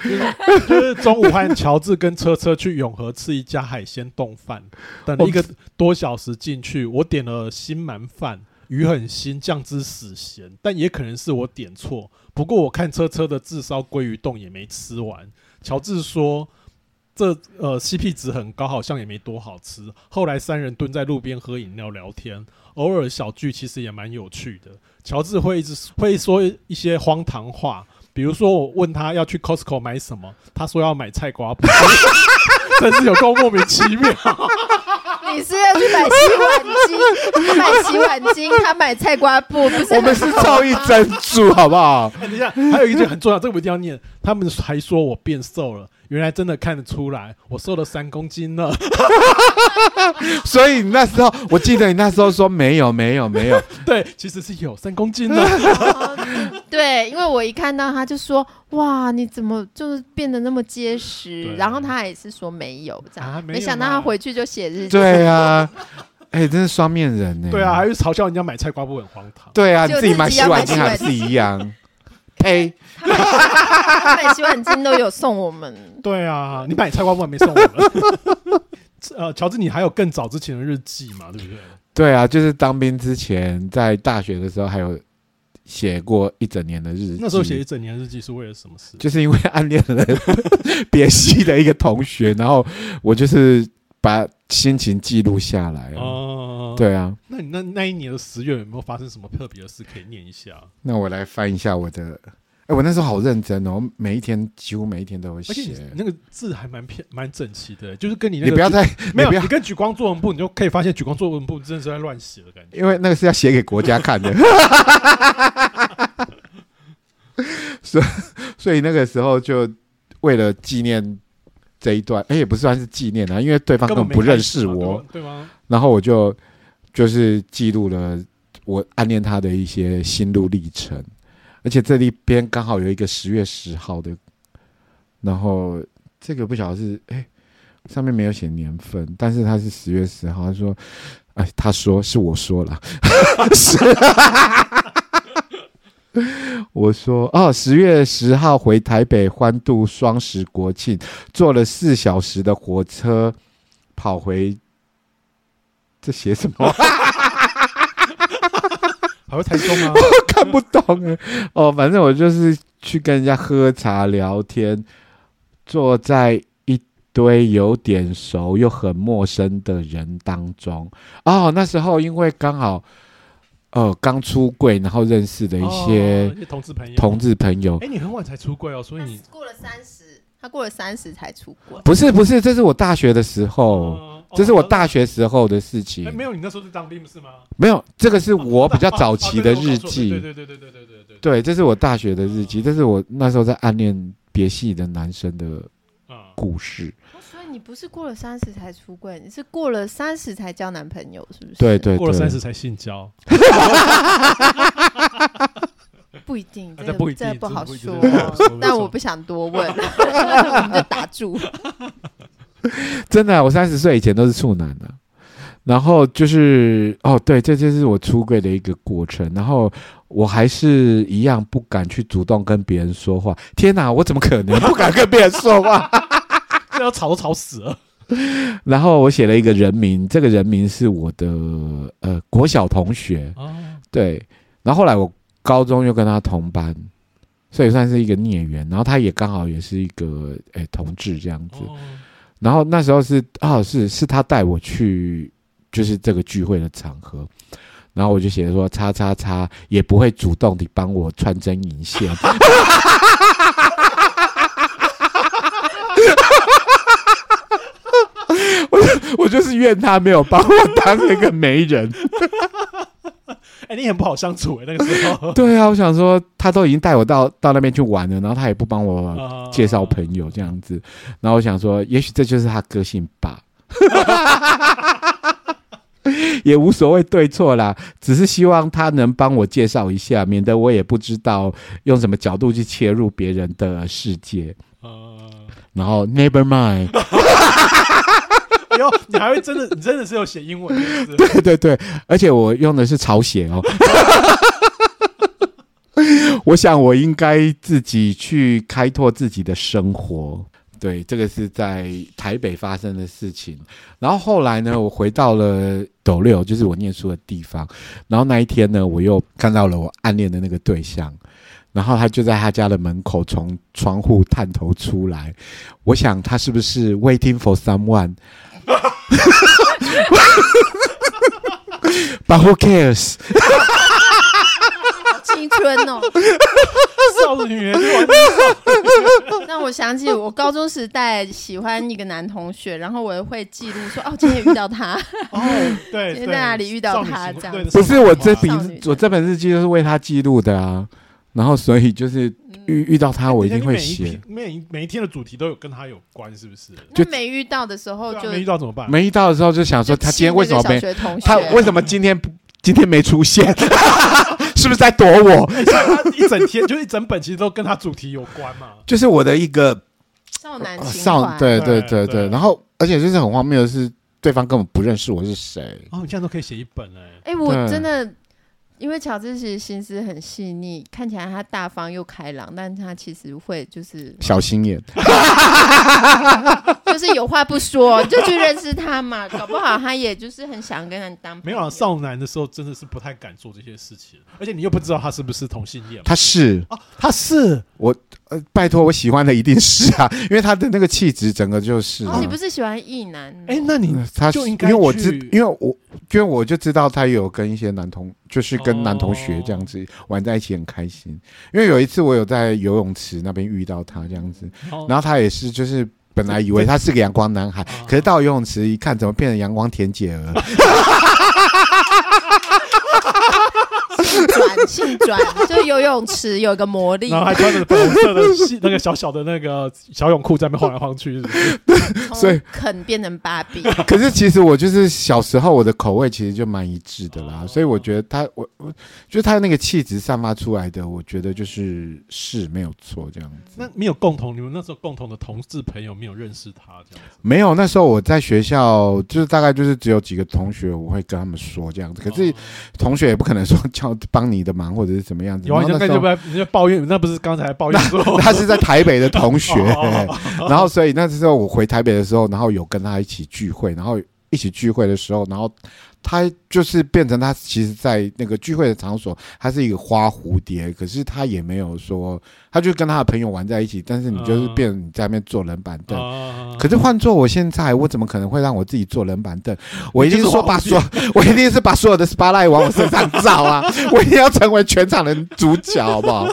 Speaker 2: 就是就是中午和乔治跟车车去永和吃一家海鲜冻饭，等了一个多小时进去，我点了新鳗饭，鱼很新，酱汁死咸，但也可能是我点错。不过我看车车的炙烧鲑鱼冻也没吃完，乔治说。这呃 CP 值很高，好像也没多好吃。后来三人蹲在路边喝饮料聊天，偶尔小聚其实也蛮有趣的。乔治会一直会说一些荒唐话，比如说我问他要去 Costco 买什么，他说要买菜瓜布， 真是有够莫名其妙。
Speaker 4: 你是要去买洗碗巾，买洗碗 巾，他买菜瓜布，不是
Speaker 3: 我们是凑一珍珠，好不好？
Speaker 2: 等一下，还有一句很重要，这个我一定要念。他们还说我变瘦了，原来真的看得出来，我瘦了三公斤了。
Speaker 3: 所以你那时候，我记得你那时候说没有，没有，没有。
Speaker 2: 对，其实是有三公斤 了。
Speaker 4: 对，因为我一看到他就说：“哇，你怎么就是变得那么结实
Speaker 2: 对？”
Speaker 4: 然后他也是说没有这样，
Speaker 2: 啊没有
Speaker 4: 没想到他
Speaker 2: 嘛
Speaker 4: 回去就写日记，
Speaker 3: 对啊，哎，真是双面人呢。
Speaker 2: 对啊，还是嘲笑人家买菜瓜布很荒唐。
Speaker 3: 对啊，你
Speaker 4: 就
Speaker 3: 自己买
Speaker 4: 自己
Speaker 3: 洗
Speaker 4: 要
Speaker 3: 碗
Speaker 4: 买
Speaker 3: 巾
Speaker 4: 洗
Speaker 3: 还
Speaker 4: 碗
Speaker 3: 不是一样？呸！
Speaker 4: 他买洗碗巾都有送我们。
Speaker 2: 对啊，你买菜瓜布还没送我们。 呃，乔治，你还有更早之前的日记嘛？对不对？
Speaker 3: 对啊，就是当兵之前，在大学的时候还有写过一整年的日记。
Speaker 2: 那时候写一整年日记是为了什么事？
Speaker 3: 就是因为暗恋了 别系的一个同学，然后我就是把心情记录下来。啊
Speaker 2: 哦，
Speaker 3: 对啊，
Speaker 2: 那你那那一年的十月有没有发生什么特别的事？可以念一下。
Speaker 3: 那我来翻一下我的。哎，我那时候好认真哦，每一天几乎每一天都会
Speaker 2: 而且
Speaker 3: 写。
Speaker 2: 你那个字还蛮偏蛮整齐的，就是跟你那
Speaker 3: 你
Speaker 2: 个
Speaker 3: 不要再，
Speaker 2: 没有
Speaker 3: 你不要
Speaker 2: 你跟举光作文部，你就可以发现举光作文部真的是在乱写的感觉。
Speaker 3: 因为那个是要写给国家看的， 所以所以那个时候就为了纪念这一段，哎，也不算是纪念啊，因为对方根
Speaker 2: 本
Speaker 3: 本
Speaker 2: 没
Speaker 3: 不认
Speaker 2: 开始
Speaker 3: 识
Speaker 2: 嘛
Speaker 3: 我，，
Speaker 2: 对吗？
Speaker 3: 然后我就就是记录了我暗恋他的一些心路历程，而且这里边刚好有一个十月十号的，然后这个不晓得是哎、上面没有写年份，但是他是十月十号，他说哎他说是我说了，是。 我说哦，十月十号回台北欢度双十国庆，坐了四小时的火车跑回这写什么？
Speaker 2: 还会台中 吗？
Speaker 3: 看不懂哎。哦，反正我就是去跟人家喝茶聊天，坐在一堆有点熟又很陌生的人当中。哦，那时候因为刚好，呃，刚出柜，然后认识的一
Speaker 2: 哦
Speaker 3: 些
Speaker 2: 一些同志朋友，
Speaker 3: 同志朋友。
Speaker 2: 哎，你很晚才出柜哦，所以你
Speaker 4: 过了三十，他过了三十才出国。
Speaker 3: 不是不是，这是我大学的时候，
Speaker 2: 哦
Speaker 3: 这是我大学时候的事情
Speaker 2: 哎，。没有，你那时候是当兵不是吗？
Speaker 3: 没有，这个是
Speaker 2: 是
Speaker 3: 我 比较早期的日记。
Speaker 2: 对对对对对对对对对。
Speaker 3: 对，这是我大学的日记，这是我那时候在暗恋别系的男生的
Speaker 2: 啊
Speaker 3: 故事。
Speaker 4: 哦所以你不是过了三十才出柜，你是过了三十才交男朋友，是不是？
Speaker 3: 对，对，
Speaker 2: 过了
Speaker 3: 对
Speaker 2: 三十才性交，
Speaker 4: 不一定，
Speaker 2: 啊
Speaker 4: 这
Speaker 2: 这
Speaker 4: 个
Speaker 2: 不一定
Speaker 4: 这个不好
Speaker 2: 这
Speaker 4: 说
Speaker 2: 不一定这不好说。
Speaker 4: 但我不想多问， 我们就打住。
Speaker 3: 真的啊、我三十岁以前都是处男的、然后就是哦，对，这就是我出柜的一个过程。然后我还是一样不敢去主动跟别人说话。天哪，我怎么可 能不敢跟别人说话？
Speaker 2: 这要吵都吵死了。
Speaker 3: 然后我写了一个人名，这个人名是我的呃国小同学，
Speaker 2: 哦，
Speaker 3: 对。然后后来我高中又跟他同班，所以算是一个孽缘。然后他也刚好也是一个诶同志这样子。
Speaker 2: 哦
Speaker 3: 然后那时候是啊，是是他带我去，就是这个聚会的场合，然后我就写说叉叉叉也不会主动的帮我穿针引线， 我就我就是怨他没有帮我当那个媒人。
Speaker 2: 哎，你很不好相处哎，那个时候
Speaker 3: 对啊，我想说他都已经带我到到那边去玩了，然后他也不帮我
Speaker 2: 啊
Speaker 3: 介绍朋友这样子。然后我想说，也许这就是他个性吧， 也无所谓对错啦，只是希望他能帮我介绍一下，免得我也不知道用什么角度去切入别人的世界。
Speaker 2: 呃，
Speaker 3: 然后 never mind，
Speaker 2: 哎呦，你还会真的，你真的是有写英文是不是，
Speaker 3: 对 对对，而且我用的是朝鲜哦。 我想我应该自己去开拓自己的生活。对，这个是在台北发生的事情。然后后来呢，我回到了斗六，就是我念书的地方。然后那一天呢，我又看到了我暗恋的那个对象，然后他就在他家的门口从窗户探头出来。我想他是不是 waiting for someone？But who cares？
Speaker 4: 好青春哦，
Speaker 2: 少女人就玩
Speaker 4: 让我想起我高中时代喜欢一个男同学，然后我也会记录说哦，今天遇到他，
Speaker 2: 哦，对，
Speaker 4: 你
Speaker 2: 对
Speaker 4: 在哪里遇到
Speaker 2: 少女
Speaker 4: 他
Speaker 2: 情
Speaker 4: 这样
Speaker 2: 对
Speaker 4: 子
Speaker 3: 不是我这笔
Speaker 4: 少女
Speaker 3: 我这本日记就是为他记录的啊，然后所以就是
Speaker 4: 嗯
Speaker 3: 遇遇到他我一定会。
Speaker 2: 少女情每
Speaker 3: 写，
Speaker 2: 一篇每一每一天的主题都有跟他有关，是不是？
Speaker 4: 那没遇到的时候
Speaker 2: 对啊
Speaker 4: 哦就
Speaker 2: 没遇到怎么办？
Speaker 3: 没遇到的时候就想说
Speaker 4: 就
Speaker 3: 他今天为什么
Speaker 4: 气那个
Speaker 3: 没
Speaker 4: 小学同学
Speaker 3: 他为什么今天不今天没出现， 是不是在躲我？
Speaker 2: 哎所以他一整天 就一整本，其实都跟他主题有关嘛。
Speaker 3: 就是我的一个
Speaker 4: 少男
Speaker 3: 呃
Speaker 4: 情
Speaker 3: 上
Speaker 4: 怀？
Speaker 3: 对
Speaker 2: 对对
Speaker 3: 对对对，然后而且就是很荒谬的是，对方根本不认识我是谁。
Speaker 2: 哦，你现在都可以写一本哎，
Speaker 4: 哎、我
Speaker 3: 对
Speaker 4: 真的，因为乔治其实心思很细腻，看起来他大方又开朗，但他其实会就是
Speaker 3: 小心眼，
Speaker 4: 就是有话不说，就去认识他嘛，搞不好他也就是很想跟人当朋
Speaker 2: 没
Speaker 4: 友哦
Speaker 2: 有啊，少男的时候真的是不太敢做这些事情，而且你又不知道他是不是同性恋嘛。
Speaker 3: 他是
Speaker 2: 哦，他是
Speaker 3: 呃，拜托，我喜欢的一定是啊，因为他的那个气质整个就是、啊
Speaker 4: 哦，你不是喜欢异男？
Speaker 2: 哎，那你
Speaker 3: 嗯他
Speaker 2: 就是应
Speaker 3: 因
Speaker 2: 该
Speaker 3: 为我
Speaker 2: 去
Speaker 3: 知，因为我因为我就知道他有跟一些男同，就是跟男同学
Speaker 2: 哦
Speaker 3: 这样子玩在一起很开心。因为有一次我有在游泳池那边遇到他这样子，
Speaker 2: 哦
Speaker 3: 然后他也是就是本来以为他是个阳光男孩，
Speaker 2: 哦
Speaker 3: 可是到游泳池一看，怎么变成阳光甜姐儿？
Speaker 4: 性转性转，就游泳池有个魔力
Speaker 2: 然，后还穿着粉红色的细那个小小的那个小泳裤在那边晃来晃去，是不 是
Speaker 3: 所以
Speaker 4: 从肯变成芭 比，
Speaker 3: 可是其实我就是小时候我的口味其实就蛮一致的啦，
Speaker 2: 哦
Speaker 3: 所以我觉得他我我就他那个气质散发出来的，我觉得就是是没有错这样子。
Speaker 2: 那没有共同，你们那时候共同的同志朋友没有认识他这样子。
Speaker 3: 没有，那时候我在学校，就是大概就是只有几个同学，我会跟他们说这样子。可是
Speaker 2: 哦
Speaker 3: 同学也不可能说叫帮你的忙或者是怎么样子。
Speaker 2: 有啊，你刚
Speaker 3: 然后
Speaker 2: 才
Speaker 3: 那
Speaker 2: 就
Speaker 3: 时
Speaker 2: 不
Speaker 3: 候
Speaker 2: 在你在抱怨，那不是刚才还抱怨 说
Speaker 3: 他是在台北的 同学，
Speaker 2: 哦
Speaker 3: 然后所以那时候我回台北的时候，然后有跟他一起聚会，然后一起聚会的时候，然后他就是变成他其实，在那个聚会的场所，他是一个花蝴蝶，可是他也没有说，他就跟他的朋友玩在一起，但是你就是
Speaker 2: 嗯
Speaker 3: 变你在那边坐冷板凳。
Speaker 2: 哦
Speaker 3: 可是换做我现在，我怎么可能会让我自己坐冷板凳？我一定是说把
Speaker 2: 你
Speaker 3: 所， 我一定是把所有的 spotlight 往我身上 照啊！我一定要成为全场的主角，好不好？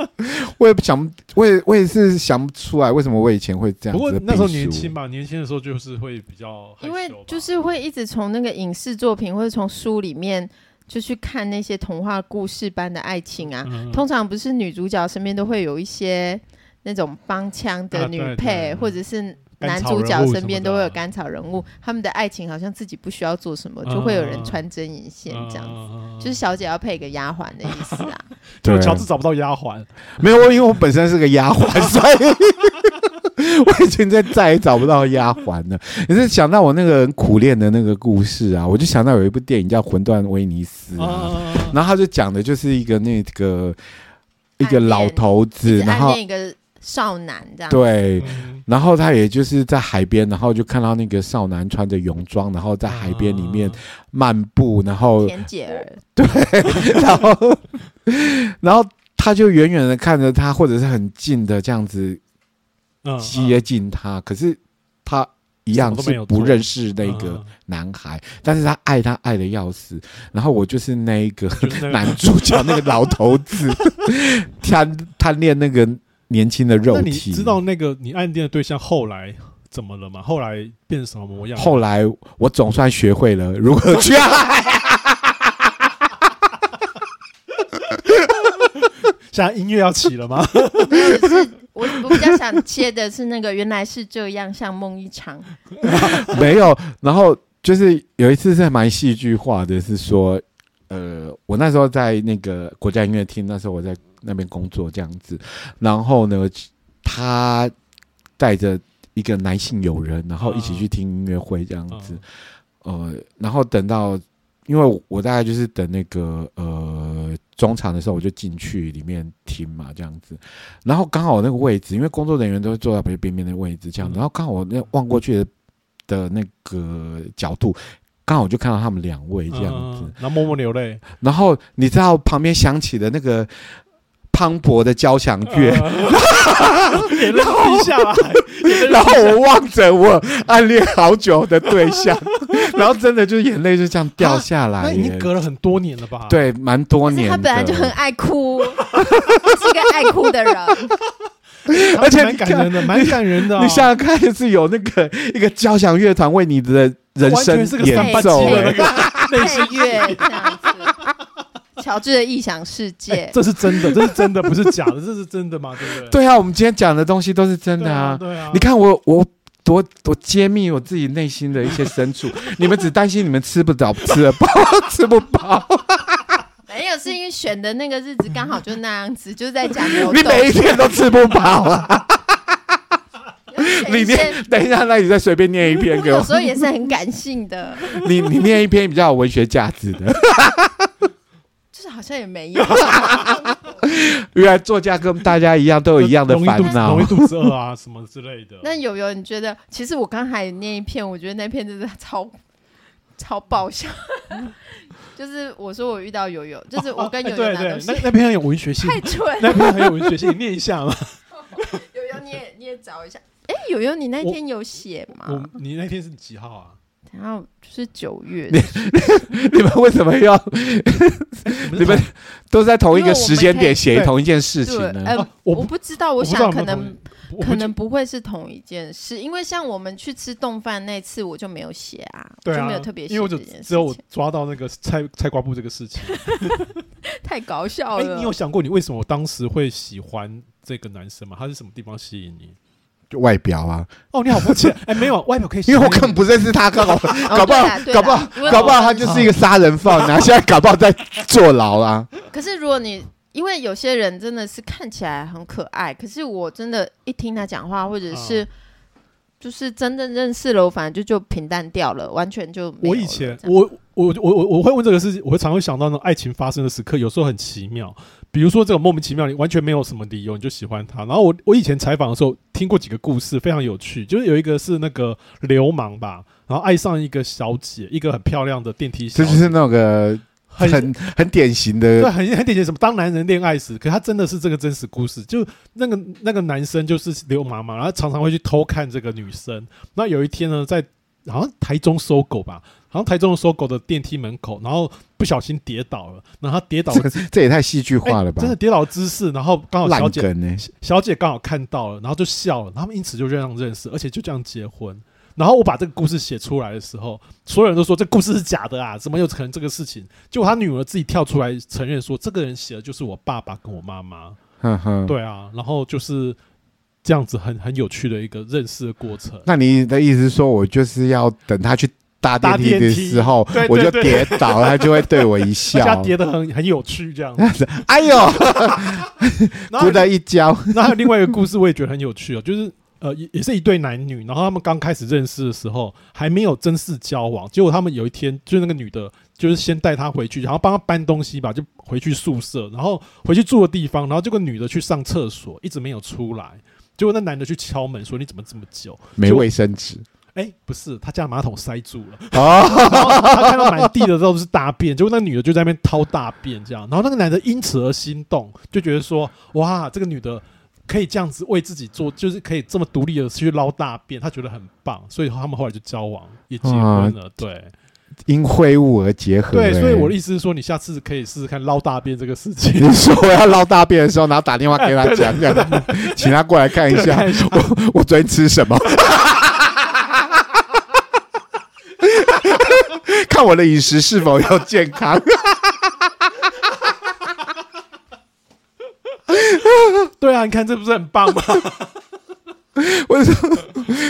Speaker 3: 我也不想，我也我也是想不出来为什么我以前会这样
Speaker 2: 不
Speaker 3: 子。
Speaker 2: 过那时候年轻，嘛，年轻的时候就是会比较害羞啊
Speaker 4: 因
Speaker 2: 吧，
Speaker 4: 为就是会一直从那个影视作品或者从书里面就去看那些童话故事般的爱情啊，
Speaker 2: 嗯
Speaker 4: 通常不是女主角身边都会有一些那种帮腔的
Speaker 2: 啊
Speaker 4: 女
Speaker 2: 对对
Speaker 4: 配，
Speaker 2: 对
Speaker 4: 或者是
Speaker 2: 甘
Speaker 4: 男
Speaker 2: 草
Speaker 4: 主
Speaker 2: 人
Speaker 4: 角
Speaker 2: 物什
Speaker 4: 身
Speaker 2: 么
Speaker 4: 边
Speaker 2: 的
Speaker 4: 都会有
Speaker 2: 啊
Speaker 4: 甘草人物，他们的爱情好像自己不需要做什么，就会有人
Speaker 2: 嗯
Speaker 4: 穿针引线这样子。
Speaker 2: 子
Speaker 4: 就是小姐要配一个丫鬟的意思啊，
Speaker 2: 嗯 就
Speaker 3: 对
Speaker 2: 乔治找不到丫鬟，
Speaker 3: 没有，因为我本身是个丫 鬟，所以 我已经在再也找不到丫鬟了。你是想到我那个很苦练的那个故事啊，我就想到有一部电影叫《魂断威尼斯》啊，
Speaker 2: 啊
Speaker 3: 然后他就讲的就是一个那个一个
Speaker 4: 暗恋
Speaker 3: 老头
Speaker 4: 只
Speaker 3: 子，然
Speaker 4: 暗
Speaker 3: 后
Speaker 4: 恋一个少男这样。，
Speaker 3: 对。
Speaker 2: 嗯
Speaker 3: 然后他也就是在海边，然后就看到那个少男穿着泳装，然后在海边里
Speaker 2: 哦
Speaker 3: 面漫步，然 后
Speaker 4: 田姐儿，
Speaker 3: 然后然后他就远远的看着他，或者是很近的这样子
Speaker 2: 嗯
Speaker 3: 接近他，可是他一样
Speaker 2: 什么都没
Speaker 3: 是
Speaker 2: 有做
Speaker 3: 不认识那个
Speaker 2: 嗯
Speaker 3: 男孩，但是他爱他爱的要死。然后我就是那一个
Speaker 2: 就是那个
Speaker 3: 男主角那个老头子， 贪贪恋那个年轻的肉
Speaker 2: 那你
Speaker 3: 体。
Speaker 2: 知道那个你暗恋的对象后来怎么了吗？后来变成什么模样？
Speaker 3: 后来我总算学会了如何去啊爱。
Speaker 2: 现在音乐要起 了吗？
Speaker 4: 我我比较想切的是那个原来是这样，像梦一场。
Speaker 3: 没有，然后就是有一次是蛮戏剧化的，是说，呃，我那时候在那个国家音乐厅，那时候我在那边工作这样子，然后呢，他带着一个男性友人，然后一起去听音乐会
Speaker 2: 嗯
Speaker 3: 这样
Speaker 2: 啊
Speaker 3: 子，呃，然后等到，因为我大概就是等那个呃中场的时候，我就进去里面听嘛，这样子。然后刚好我那个位置，因为工作人员都会坐到边边边的位置，这样。
Speaker 2: 嗯
Speaker 3: 然后刚好我那望过去的的那个角度，刚好我就看到他们两位这样子。
Speaker 2: 嗯，然后默默流泪。
Speaker 3: 然后你知道旁边响起的那个磅礴的交 响 乐，
Speaker 2: 嗯
Speaker 3: 哎
Speaker 2: 眼泪滴下来，眼泪
Speaker 3: 然后我望着我暗恋好久的对象， 然后真的就眼泪就这样掉下来
Speaker 2: 啊那
Speaker 3: 耶。
Speaker 2: 已经隔了很多年了吧？，
Speaker 3: 对，蛮多
Speaker 4: 可是
Speaker 3: 年的。
Speaker 4: 他本来就很爱哭， 是个爱哭的人。
Speaker 3: 而且
Speaker 2: 蛮
Speaker 3: 你
Speaker 2: 感
Speaker 3: 看
Speaker 2: 人的，蛮感人的啊。
Speaker 3: 你想想看，是有那个 一个交响乐团为你的人
Speaker 2: 完
Speaker 3: 生
Speaker 2: 全是个
Speaker 3: 演
Speaker 2: 三班机
Speaker 3: 奏、
Speaker 2: 的
Speaker 3: 欸
Speaker 2: 那个 内
Speaker 4: 配
Speaker 2: 心。
Speaker 4: 乐这样子，乔治的异想世界。
Speaker 2: 这是真的，这是真的，不是假的，这是真的吗？对不对？
Speaker 3: 对啊，我们今天讲的东西都是真
Speaker 2: 对
Speaker 3: 的啊。
Speaker 2: 对啊。
Speaker 3: 你看我我多多揭秘我自己内心的一些深处， 你们只担心你们吃不着、 吃得饱、吃不饱，
Speaker 4: 没有，是因为选的那个日子刚好就那样子，就在讲牛
Speaker 3: 你每
Speaker 4: 顿。
Speaker 3: 一天都吃不饱 啊！你
Speaker 4: 有些
Speaker 3: 念，等一下，那你再随便念一篇 给
Speaker 4: 有
Speaker 3: 我
Speaker 4: 时，候也是很感性的，
Speaker 3: 你你念一篇比较有文学价值的。
Speaker 4: 就是好像也没 有。
Speaker 3: 原来作家跟大家一样都有一样的
Speaker 2: 容易
Speaker 3: 烦
Speaker 2: 肚子
Speaker 3: 恼
Speaker 2: 容易。肚子饿啊，什么之类的。
Speaker 4: 那友友，你觉得？其实我刚才念一篇，我觉得那篇真的超超爆笑。 就是我说我遇到友友，就是我跟
Speaker 2: 哎
Speaker 4: 友友
Speaker 2: 嗯 对
Speaker 4: 拿东
Speaker 2: 对，
Speaker 4: 西
Speaker 2: 那那边很有文学 性，
Speaker 4: 太蠢了。
Speaker 2: 那边很有文学性，你念一下嘛。
Speaker 4: 友友，你也你也找一下。哎，友友，你那
Speaker 2: 我
Speaker 4: 天有写吗
Speaker 2: 我？你那天是几号 啊？
Speaker 4: 然后就是九月，
Speaker 3: 你们为什么要
Speaker 2: 你
Speaker 3: 你们都在同一个时间点
Speaker 2: 因
Speaker 3: 写
Speaker 2: 为我
Speaker 3: 同一件事情
Speaker 4: 对，
Speaker 3: 呢？
Speaker 4: 呃
Speaker 2: 啊，
Speaker 4: 我
Speaker 2: 我不
Speaker 4: 不知道，我
Speaker 2: 不知
Speaker 4: 想
Speaker 2: 道有
Speaker 4: 可
Speaker 2: 没有
Speaker 4: 能
Speaker 2: 同意我不
Speaker 4: 可能不会是同一件事，因为像我们去吃冻饭那次，我就没有写啊，我
Speaker 2: 对
Speaker 4: 就
Speaker 2: 啊，
Speaker 4: 没有特别写
Speaker 2: 因为我
Speaker 4: 这
Speaker 2: 只
Speaker 4: 件事
Speaker 2: 只有我
Speaker 4: 情，
Speaker 2: 抓到那个菜菜瓜布这个事情。
Speaker 4: 太搞笑
Speaker 2: 哎，
Speaker 4: 了。哦
Speaker 2: 你有想过你为什么当时会喜欢这个男生吗？他是什么地方吸引你？
Speaker 3: 就外表啊，
Speaker 4: 嗯
Speaker 2: 哦，你好肤 浅。哎，没有外表可以吸
Speaker 3: 因
Speaker 2: 引
Speaker 3: 为
Speaker 2: 你，
Speaker 3: 我根本不认识他，搞不
Speaker 4: 哦
Speaker 3: 好， 搞不好，
Speaker 4: 对啦对啦
Speaker 3: 搞不好
Speaker 4: 因为，
Speaker 3: 搞不好他
Speaker 4: 我
Speaker 3: 就是一个杀人犯，然后现在搞不好在坐牢啊 啦。
Speaker 4: 可是如果你因为有些人真的是看起来很可爱，可是我真的，一听他讲话，或者是、
Speaker 2: 啊
Speaker 4: 就是真正认识了，我反正就就平淡掉了，完全就没有
Speaker 2: 我
Speaker 4: 了
Speaker 2: 以前
Speaker 4: 这样
Speaker 2: 我我我我我会问这个事情，我会常会想到那种爱情发生的时刻，有时候很奇妙，比如说这种莫名其妙，你完全没有什么理由你就喜欢他。然后我我以前采访的时候听过几个故事，非常有趣，就是有一个是那个流氓吧，然后爱上一个小姐，一个很漂亮的电梯小
Speaker 3: 这
Speaker 2: 姐，
Speaker 3: 就是那个
Speaker 2: 很
Speaker 3: 很很典型
Speaker 2: 对，
Speaker 3: 的，
Speaker 2: 很很典型，什么当男人恋爱时，可他真的是这个真实故事。就那个那个男生就是流氓嘛，然后常常会去偷看这个女生。那有一天呢，在好像台中搜狗吧，好像台中搜狗的电梯门口，然后不小心跌倒了，然后他跌倒
Speaker 3: 这这也太戏剧
Speaker 2: 哎
Speaker 3: 化了吧
Speaker 2: 真？的跌倒姿势，然后刚好小
Speaker 3: 烂
Speaker 2: 姐
Speaker 3: 梗呢？
Speaker 2: 小姐刚好看到了，然后就笑了，然后他们因此就这样认识，而且就这样结婚。然后我把这个故事写出来的时候，所有人都说这故事是假的啊，怎么有可能这个事情？结果他女儿自己跳出来承认说，这个人写的就是我爸爸跟我妈妈。
Speaker 3: 嗯哼哼，
Speaker 2: 对啊，然后就是这样子很很有趣的一个认识的过程。
Speaker 3: 那你的意思是说我就是要等他去搭电
Speaker 2: 搭
Speaker 3: 梯的
Speaker 2: 电梯
Speaker 3: 时候
Speaker 2: 对，
Speaker 3: 我
Speaker 2: 对
Speaker 3: 就
Speaker 2: 对
Speaker 3: 跌 倒，他就会对我一
Speaker 2: 大家
Speaker 3: 笑。
Speaker 2: 叠的很很有趣，这样。
Speaker 3: 哎呦，
Speaker 2: 然后
Speaker 3: 咕的一跤，
Speaker 2: 那还有另外一个故事，我也觉得很有趣哦，就是呃，也也是一对男女，然后他们刚开始认识的时候还没有正式交往，结果他们有一天，就是那个女的，就是先带他回去，然后帮他搬东西吧，就回去宿舍，然后回去住的地方，然后这个女的去上厕所，一直没有出来，结果那男的去敲门说：“你怎么这么久
Speaker 3: 没卫生纸？”
Speaker 2: 哎，不是，他家马桶塞住了。
Speaker 3: 哦，
Speaker 2: 然后他看到满地的都是大便，结果那女的就在那边掏大便，这样，然后那个男的因此而心动，就觉得说，哇，这个女的可以这样子为自己做，就是可以这么独立的去捞大便，他觉得很棒，所以他们后来就交往，也结婚了，对
Speaker 3: 因秽物而结合。
Speaker 2: 对，
Speaker 3: 哎
Speaker 2: 所以我的意思是说，你下次可以试试看捞大便这个事情。
Speaker 3: 你说我要捞大便的时候，然后打电话给他讲，这样请他过来看一下
Speaker 2: 看一下
Speaker 3: 我 我昨天吃什么，看我的饮食是否有健康。
Speaker 2: 对啊，你看这不是很棒吗？
Speaker 3: 我说，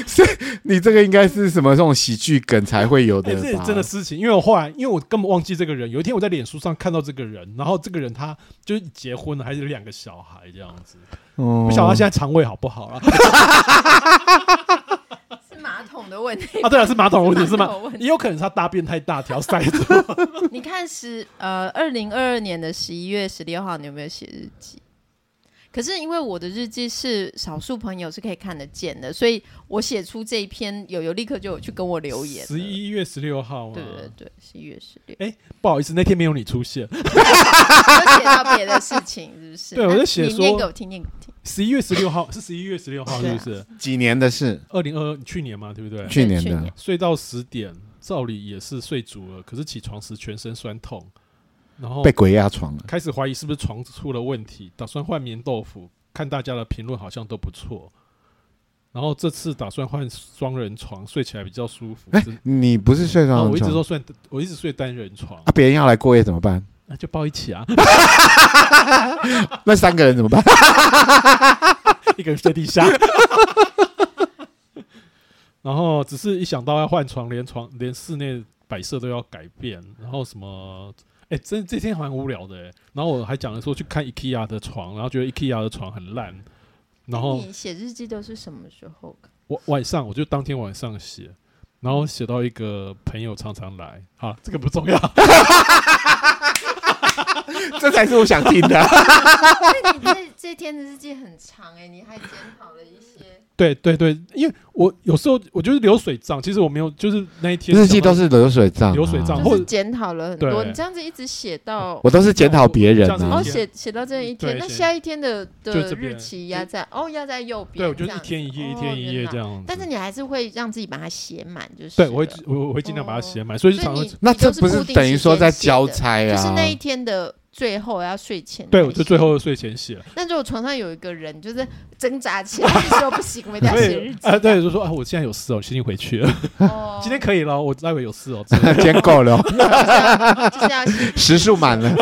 Speaker 3: 所以你这个应该是什么这种喜剧梗才会有的
Speaker 2: 哎，这也
Speaker 3: 吧？
Speaker 2: 真的事情，因为我后来，因为我根本忘记这个人。有一天我在脸书上看到这个人，然后这个人他就是结婚了，还是两个小孩这样子。
Speaker 3: 不
Speaker 2: 不晓得他现在肠胃好不好了
Speaker 4: 是马桶的问题。
Speaker 2: 啊？对啊，是马桶的问题是
Speaker 4: 是马
Speaker 2: 吗
Speaker 4: 桶的问？题
Speaker 2: 也有可能是他大便太大条塞住。
Speaker 4: 你看十呃，二零二二年的十一月十六号，你有没有写日记？可是因为我的日记是少数朋友是可以看得见的，所以我写出这一篇，友友立刻就有去跟我 留言了。
Speaker 2: 十一月十六号啊，
Speaker 4: 对对对，十一月十六，
Speaker 2: 不好意思，那天没有你出现。
Speaker 4: 我写到别的事情，是不是？
Speaker 2: 对我就写
Speaker 4: 那你念
Speaker 2: 说
Speaker 4: 给我听，念给我听。
Speaker 2: 十一月十六号是十一月十六号，是不是？
Speaker 3: 几年的事，
Speaker 2: 二零二去年嘛，对不对？
Speaker 3: 去年
Speaker 4: 去
Speaker 3: 的
Speaker 4: 年
Speaker 2: 睡到十点，照理也是睡足了，可是起床时全身酸痛，然后
Speaker 3: 被鬼压床了。
Speaker 2: 开始怀疑是不是床出了问题，打算换棉豆腐。看大家的评论好像都不错，然后这次打算换双人床，睡起来比较舒服。
Speaker 3: 哎
Speaker 2: 只
Speaker 3: 你不是睡
Speaker 2: 啊，
Speaker 3: 上
Speaker 2: 我一直
Speaker 3: 床
Speaker 2: 都睡，我一直睡单人床
Speaker 3: 啊？，别人要来过夜怎么办？
Speaker 2: 那就抱一起啊，
Speaker 3: 那三个人怎 么办？
Speaker 2: 一个人睡地下。 然后只是一想到要换床，连床连室内摆设都要改变，然后什么，哎，真这天蛮无聊的诶。然后我还讲了说去看 IKEA 的床，然后觉得 IKEA 的床很烂， 然后
Speaker 4: 你写日记都是什么时候？
Speaker 2: 我晚上我就当天晚上写，然后写到一个朋友常常来，啊，这个不重要，
Speaker 3: 这才是我想听的。
Speaker 2: 啊
Speaker 4: 你这这天的日记很长哎、你还检讨了一些。
Speaker 2: 对对对，因为我有时候我就是流水账，其实我没有，就是那一天
Speaker 3: 日记
Speaker 2: 想到
Speaker 3: 都是流水账啊，
Speaker 2: 流水账
Speaker 4: 就
Speaker 2: 或
Speaker 4: 是检讨了很多，
Speaker 2: 对
Speaker 4: 你这样子一直写到，
Speaker 3: 我都是检讨别人
Speaker 2: 这
Speaker 4: 然
Speaker 2: 样
Speaker 4: 后
Speaker 3: 啊
Speaker 2: 子。
Speaker 4: 哦写写到这一天，
Speaker 2: 对
Speaker 4: 那
Speaker 2: 写
Speaker 4: 下一天的
Speaker 2: 就
Speaker 4: 的
Speaker 2: 这边
Speaker 4: 日期压在哦压在右边，
Speaker 2: 对，我就是
Speaker 4: 这
Speaker 2: 一
Speaker 4: 样子
Speaker 2: 天一夜，一天一夜这。
Speaker 4: 哦原来
Speaker 2: 样子。
Speaker 4: 但是你还是会让自己把它写满，就是
Speaker 2: 对，我会
Speaker 4: 了
Speaker 2: 我我会尽量把它写满，所以就
Speaker 4: 哦所
Speaker 2: 常
Speaker 4: 以
Speaker 2: 常
Speaker 4: 你
Speaker 3: 那
Speaker 4: 你都
Speaker 3: 这不
Speaker 4: 是
Speaker 3: 是
Speaker 4: 固定
Speaker 3: 等于
Speaker 4: 时
Speaker 3: 说
Speaker 4: 间
Speaker 3: 在
Speaker 4: 写
Speaker 3: 交
Speaker 4: 的
Speaker 3: 差
Speaker 4: 就
Speaker 3: 啊？
Speaker 4: 是那一天的最后要睡前。
Speaker 2: 对我就最。后睡前写。
Speaker 4: 但是我床上有一个人，就是挣扎起来说不行，我一定要
Speaker 2: 所
Speaker 4: 写
Speaker 2: 以
Speaker 4: 日 记。
Speaker 2: 啊，对，就说啊，我现在有事哦，我先去回去了。
Speaker 4: 哦
Speaker 2: 今天可以了，我待会有事哦。之类的
Speaker 3: 天够了哦，
Speaker 4: 就是要写
Speaker 3: 时数满 了。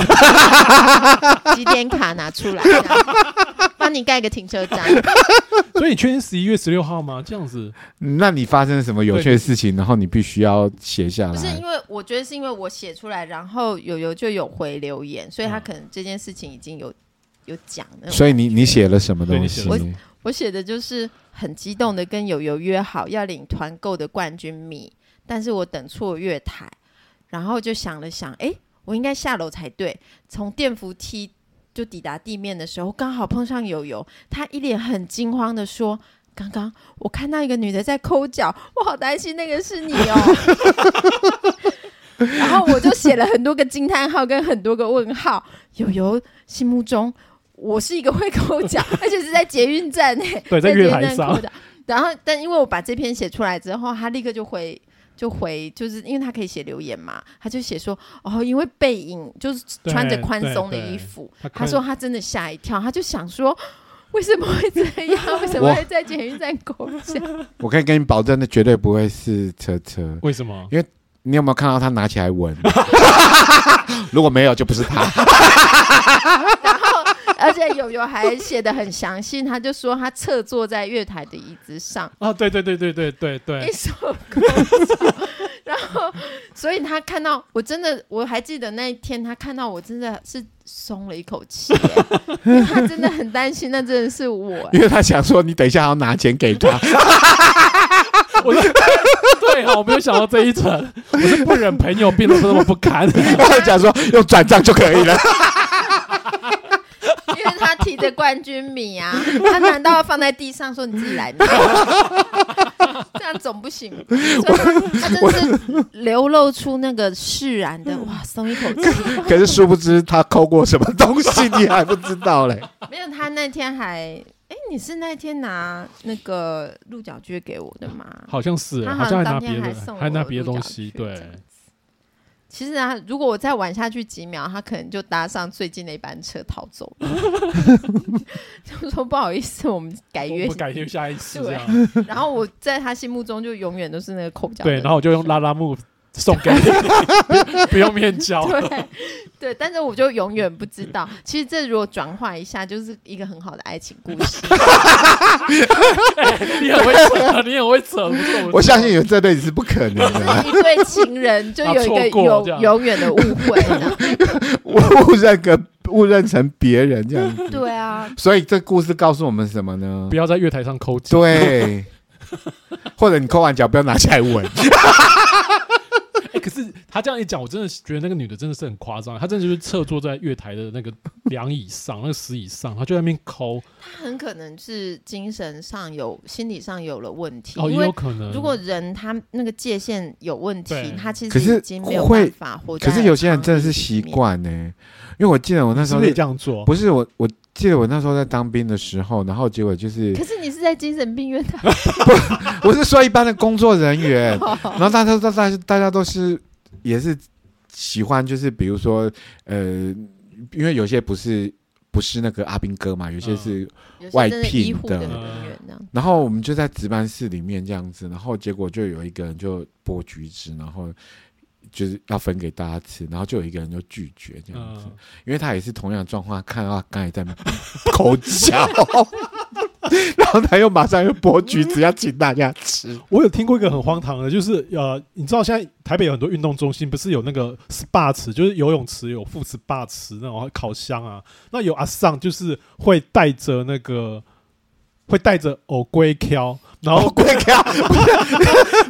Speaker 4: 几点卡拿出来，这样帮你盖个停 车章。
Speaker 2: 所以你确定十一月十六号吗？这样子，
Speaker 3: 那你发生了什么有趣的事情，然后你必须要写下
Speaker 4: 不是因
Speaker 3: 来？
Speaker 4: 为我觉得是因为我写出来，然后友友就有回留言，所以他可能这件事情已经有有讲了。
Speaker 3: 嗯所以你你写了什么
Speaker 2: 对
Speaker 3: 东
Speaker 2: 你写
Speaker 3: 西
Speaker 2: 了？
Speaker 4: 什我写的就是很激动的跟友友约好要领团购的冠军米，但是我等错月台，然后就想了想，诶，我应该下楼才对。从电扶梯就抵达地面的时候，刚好碰上友友，他一脸很惊慌的说。刚刚我看到一个女的在抠脚，我好担心那个是你哦。 然后我就写了很多个惊叹号跟很多个问号。友友心目中我是一个会抠脚，而且是在捷运站内、
Speaker 2: 对在
Speaker 4: 在
Speaker 2: 月
Speaker 4: 捷运
Speaker 2: 台
Speaker 4: 站
Speaker 2: 上
Speaker 4: 抠脚。然后，但因为我把这篇写出来之后，他立刻就回。就回，就是因为他可以写留言嘛，他就写说，哦，因为背影就是穿着
Speaker 2: 对
Speaker 4: 宽
Speaker 2: 对
Speaker 4: 松的
Speaker 2: 对
Speaker 4: 衣服，
Speaker 2: 他
Speaker 4: 他
Speaker 2: 看
Speaker 4: 说他真的吓一跳，他就想说，为什么会这样？ 为什么
Speaker 3: 我
Speaker 4: 会在监狱站狗下？
Speaker 3: 我可以跟你保证，那绝对不会是车车。
Speaker 2: 为什么？
Speaker 3: 你有没有看到他拿 起来闻？如果没有，就不是他。
Speaker 4: 然后 而且友友还写的很详细，他就说他侧坐在月台的椅子上，
Speaker 2: 啊，对对对对对对
Speaker 4: 一
Speaker 2: 对，
Speaker 4: 手空手，然后所以他看到我真的，我还记得那一天他看到我真的是松了一口气耶， 因为他真的很担心，那真的是我耶。
Speaker 3: 因为他想说你等一下还要拿钱给他，
Speaker 2: 我是对哦哈，我没有想到这一层，我是不忍朋友变得这么不堪。
Speaker 3: 他讲说用转账就可以了。
Speaker 4: 因为他提着冠军米啊， 他难道要放在地上说你自己来拿？ 这样总不行。所以他他真的是流露出那个释然的
Speaker 2: 嗯
Speaker 4: 哇，松一口 气。
Speaker 3: 可是殊不知他抠过什么东西，你还不知道嘞。
Speaker 4: 没有，他那天还哎，你是那天拿那个鹿角蕨给我的吗？
Speaker 2: 好像是欸，
Speaker 4: 他
Speaker 2: 好
Speaker 4: 好像
Speaker 2: 像还拿
Speaker 4: 当
Speaker 2: 别
Speaker 4: 天还
Speaker 2: 的，
Speaker 4: 送
Speaker 2: 还
Speaker 4: 我
Speaker 2: 拿别的
Speaker 4: 鹿
Speaker 2: 东
Speaker 4: 角
Speaker 2: 西，
Speaker 4: 蕨
Speaker 2: 对
Speaker 4: 这样其实啊，如果我再晚下去几秒，他可能就搭上最近的一班车逃走 了。 就说不好意思，我们改
Speaker 2: 我
Speaker 4: 约
Speaker 2: 们。改天下一次这
Speaker 4: 对啊
Speaker 2: 样。
Speaker 4: 然后我在他心目中就永远都是那个抠脚的。
Speaker 2: 对，然后我就用拉拉木送给你， 不用面交。
Speaker 4: 对对，但是我就永远不知道。其实这如果转换一下，就是一个很好的爱情故 事。
Speaker 2: 你很会扯，你很会 扯，不错。不错
Speaker 3: 我相信你们这辈子是不可能的啦，
Speaker 4: 一对情人就有一
Speaker 2: 啊错
Speaker 4: 个
Speaker 2: 过
Speaker 4: 永
Speaker 2: 这样
Speaker 4: 永远的误会这 样。
Speaker 3: 误误认个误认成别人这样子。
Speaker 4: 对啊，
Speaker 3: 所以这故事告诉我们什么呢
Speaker 2: 不？要在月台上抠脚。
Speaker 3: 对，或者你抠完脚不要拿起来闻。
Speaker 2: 哎，可是他这样一讲，我真的觉得那个女的真的是很夸张，她真的就是侧坐在月台的那个梁椅上，那个石椅上，她就在那边抠。
Speaker 4: 他很可能是精神上有、心理上有了问题，
Speaker 2: 哦，
Speaker 4: 因
Speaker 2: 也
Speaker 4: 为
Speaker 2: 有可能。
Speaker 4: 如果人他那个界限有问
Speaker 2: 对
Speaker 4: 题，他其
Speaker 3: 可是
Speaker 4: 实已经没有
Speaker 3: 会
Speaker 4: 办法活在
Speaker 3: 可
Speaker 4: 常理里面。
Speaker 3: 是有些人真的是习惯呢，因为我记得我那时
Speaker 2: 是
Speaker 3: 候
Speaker 2: 不是也这样做？
Speaker 3: 不是我，我记得我那时候在当兵的时候，然后结果就是
Speaker 4: 可是你是在精神病院的，
Speaker 3: 我是说一般的工作人 员，
Speaker 4: 哦
Speaker 3: 然后大家都大家大家都是也是喜欢，就是比如说呃，因为有些不是不是那个阿兵哥嘛，有些
Speaker 2: 嗯
Speaker 3: 是，
Speaker 4: 有些
Speaker 3: 外
Speaker 4: 真的医
Speaker 3: 聘
Speaker 4: 护
Speaker 3: 的
Speaker 4: 的人员这啊样。
Speaker 3: 然后我们就在值班室里面这样子，然后结果就有一个人就剥橘子，然后。就是要分给大家吃，然后就有一个人就拒绝这样子，
Speaker 2: 嗯，
Speaker 3: 因为他也是同样的状况，看到他刚才在 抠脚，然后他又马上又剥橘子要请大家 吃，
Speaker 2: 我有听过一个很荒唐的，就是呃，你知道现在台北有很多运动中心，不是有那个 SPA 池，就是游泳池有副 SPA 池那种烤箱啊，那有阿尚就是会带着那个会带着偶龟挑， 然后
Speaker 3: 龟壳，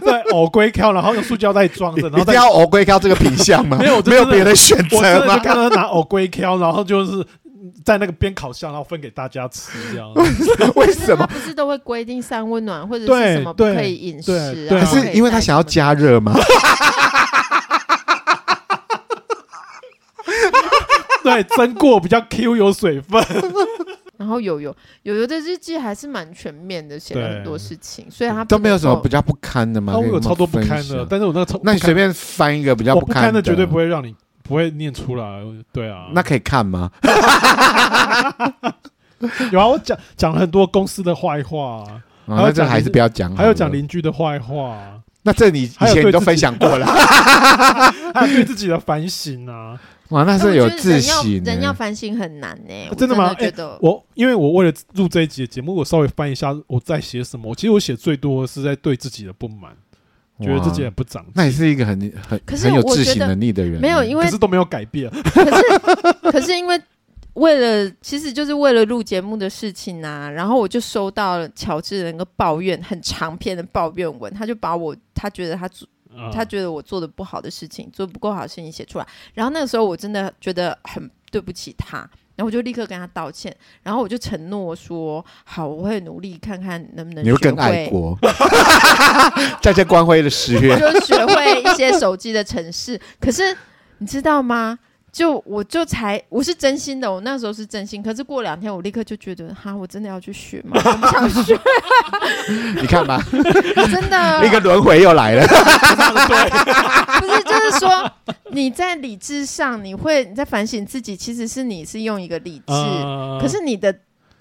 Speaker 2: 对偶龟挑，然后用塑胶袋装 着，然
Speaker 3: 一
Speaker 2: 后
Speaker 3: 定
Speaker 2: 再
Speaker 3: 要偶龟壳这个品相吗？
Speaker 2: 没有我真
Speaker 3: 没有
Speaker 2: 的
Speaker 3: 别的选
Speaker 2: 我真
Speaker 3: 择
Speaker 2: 的就
Speaker 3: 吗？
Speaker 2: 看到他拿偶龟挑，然后就是在那个边烤箱，然后分给大家吃这 样。
Speaker 3: 为
Speaker 4: 可是
Speaker 3: 什
Speaker 4: 他
Speaker 3: 么？
Speaker 4: 不是都会规定三温暖或者
Speaker 2: 对
Speaker 4: 是什么不可以饮食
Speaker 2: 对
Speaker 4: 啊？
Speaker 2: 对啊
Speaker 3: 还
Speaker 4: 不可以
Speaker 3: 是因为他想要加热吗？
Speaker 2: 对，蒸过比较 Q 有水分。
Speaker 4: 带什么的。然后友友友友的日记还是蛮全面的，写了
Speaker 2: 对
Speaker 4: 很多事情，所以他
Speaker 3: 都没有什么
Speaker 4: 不
Speaker 3: 比
Speaker 4: 能
Speaker 3: 较不堪的吗？
Speaker 2: 然后
Speaker 3: 可
Speaker 2: 哦
Speaker 3: 以
Speaker 2: 我有
Speaker 3: 跟
Speaker 2: 超
Speaker 3: 们
Speaker 2: 多不堪
Speaker 3: 分
Speaker 2: 的
Speaker 3: 享，
Speaker 2: 但是我那个超
Speaker 3: 那你
Speaker 2: 不堪
Speaker 3: 随便翻一个比较
Speaker 2: 我
Speaker 3: 不堪
Speaker 2: 的绝对不
Speaker 3: 会。
Speaker 2: 会让你不会念出来，对啊。
Speaker 3: 那可以看吗？
Speaker 2: 有啊，我讲讲了很多公司的坏话啊、
Speaker 3: 哦
Speaker 2: 还有
Speaker 3: 那这
Speaker 2: 讲
Speaker 3: 还是不要讲好了。
Speaker 2: 还有讲邻居的坏话啊、
Speaker 3: 那这你以
Speaker 2: 还有
Speaker 3: 前你
Speaker 2: 对
Speaker 3: 都
Speaker 2: 自己
Speaker 3: 分享过了。
Speaker 2: 还有对自己的反省啊。
Speaker 3: 哇，
Speaker 4: 但
Speaker 3: 那
Speaker 4: 我
Speaker 3: 是
Speaker 4: 觉
Speaker 3: 有
Speaker 4: 得
Speaker 3: 自
Speaker 4: 人要
Speaker 3: 省欸
Speaker 4: 人要
Speaker 3: 呢。
Speaker 4: 反省很难呢。我
Speaker 2: 真的吗哎
Speaker 4: 觉得
Speaker 2: 我因为我为了录这一集的节目，我稍微翻一下我在写什么。我其实我写最多的是在对自己的不满，觉得自己
Speaker 3: 哇
Speaker 2: 很不长
Speaker 3: 那
Speaker 2: 进，
Speaker 3: 你是一个很很
Speaker 4: 可是
Speaker 3: 很有
Speaker 4: 我
Speaker 3: 自
Speaker 4: 觉
Speaker 3: 省
Speaker 4: 得
Speaker 3: 能力的人呢。欸
Speaker 4: 没有，因
Speaker 2: 可
Speaker 4: 为
Speaker 2: 是都没有改变。
Speaker 4: 可是可是因为为了，其实就是为了录节目的事情啊，然后我就收到了乔治的那个抱怨很长篇的抱怨文，他就把我他觉得他做
Speaker 2: 啊
Speaker 4: 他觉得我做的不好的事情，做不够好的事情写出来，然后那个时候我真的觉得很对不起他，然后我就立刻跟他道歉，然后我就承诺说好，我会努力看看能不能
Speaker 3: 你会
Speaker 4: 学
Speaker 3: 更爱
Speaker 4: 会。
Speaker 3: 国， 再见光辉的十月。
Speaker 4: 就学会一些手机的程式。可是你知道吗？就我就才我是真心的，我那时候是真心。可是过两天我立刻就觉得，哈，我真的要去学吗？我不想 学，
Speaker 3: 你 看吧，
Speaker 4: 真的。
Speaker 3: 一个轮回又来了。
Speaker 4: 不是，就是说你在理智上，你会你在反省自己，其实是你是用一个理智，
Speaker 2: 啊
Speaker 4: 可是你的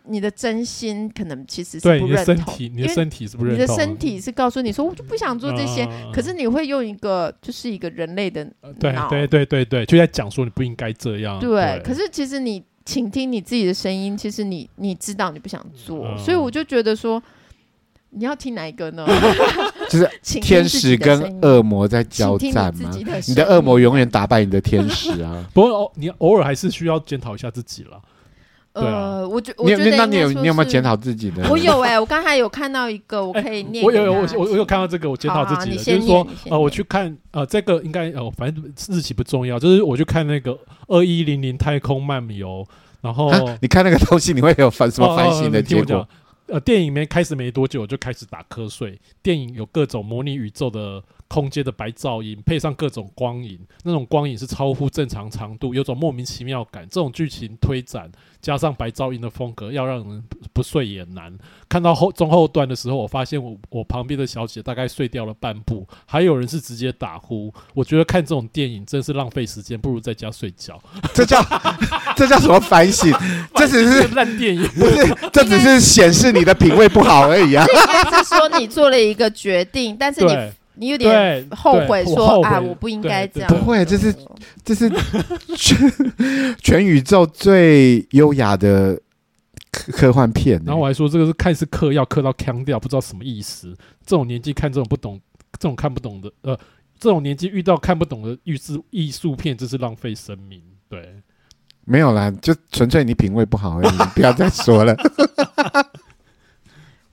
Speaker 4: 你的真心可能其实是
Speaker 2: 对
Speaker 4: 不
Speaker 2: 你的
Speaker 4: 认
Speaker 2: 身
Speaker 4: 同，
Speaker 2: 体，你
Speaker 4: 因
Speaker 2: 的
Speaker 4: 为
Speaker 2: 身体是不认
Speaker 4: 你
Speaker 2: 同
Speaker 4: 的身体是告诉你说，我就不想做这些。
Speaker 2: 啊
Speaker 4: 可是你会用一个就是一个人类的
Speaker 2: 呃对
Speaker 4: 脑
Speaker 2: 对对对对，就在讲说你不应该这样。
Speaker 4: 对，可是其实你倾听你自己的声音，其实你你知道你不想做，
Speaker 2: 嗯
Speaker 4: 所以我就觉得说，你要听哪一个呢？
Speaker 3: 就是
Speaker 4: 倾听
Speaker 3: 天
Speaker 4: 自
Speaker 3: 使
Speaker 4: 己的声
Speaker 3: 跟
Speaker 4: 音
Speaker 3: 恶魔在交
Speaker 4: 倾听
Speaker 3: 战
Speaker 4: 你
Speaker 3: 吗
Speaker 4: 自？己的声
Speaker 3: 你
Speaker 4: 音
Speaker 3: 的恶魔永远打败你的天使啊！
Speaker 2: 不过偶你偶尔还是需要检讨一下自己了。对啊
Speaker 4: 呃，我觉我
Speaker 3: 你有
Speaker 4: 觉得
Speaker 3: 你那
Speaker 4: 应
Speaker 3: 你
Speaker 4: 该
Speaker 3: 有
Speaker 4: 说
Speaker 3: 你有没有
Speaker 4: 是
Speaker 3: 检？讨自己呢？
Speaker 4: 我
Speaker 2: 哦
Speaker 4: 有哎、我刚才有看到一个，我
Speaker 2: 哎
Speaker 4: 可以念、啊
Speaker 2: 我有有我我我有看到这个，我检讨自
Speaker 4: 好好
Speaker 2: 己
Speaker 4: 你
Speaker 2: 了，
Speaker 4: 先
Speaker 2: 就是说
Speaker 4: 念你先
Speaker 2: 呃，
Speaker 4: 念
Speaker 2: 我去看呃，这个应该呃，反正日期不重要，就是我去看那个二一零零太空漫游，然后
Speaker 3: 啊你看那个东西，你会有反什么
Speaker 2: 哦
Speaker 3: 反
Speaker 2: 哦
Speaker 3: 省
Speaker 2: 你
Speaker 3: 的
Speaker 2: 听
Speaker 3: 结
Speaker 2: 我
Speaker 3: 果
Speaker 2: 讲？呃，电影没开始没多久，我就开始打瞌睡。电影有各种模拟宇宙的空间的白噪音，配上各种光影，那种光影是超乎正常长度，有种莫名其妙感。这种剧情推展加上白噪音的风格，要让人不不睡也难。看到后中后段的时候，我发现我我旁边的小姐大概睡掉了半步，还有人是直接打呼。我觉得看这种电影真是浪费时间，不如在家睡 觉。
Speaker 3: 这叫 这叫什么反省？这只是
Speaker 2: 烂电影。
Speaker 3: 不是？这只是显示你的品味不好而 已啊！
Speaker 4: 应该是说你做了一个决定，但是你
Speaker 2: 对
Speaker 4: 你有点
Speaker 2: 对，
Speaker 4: 后悔
Speaker 2: 对
Speaker 4: 说
Speaker 2: 我后悔
Speaker 4: 啊，我不应该
Speaker 2: 对
Speaker 4: 这样。
Speaker 2: 对
Speaker 3: 不会这是这是全 全宇宙最优雅的科科幻片欸、
Speaker 2: 然后我还说这个是看是嗑药嗑到腔掉，不知道什么意思。这种年纪看这种不懂、这种看不懂的，呃，这种年纪遇到看不懂的艺术艺术片，真是浪费生命。对，
Speaker 3: 没有啦，就纯粹你品味不 好而已，你不要再说了。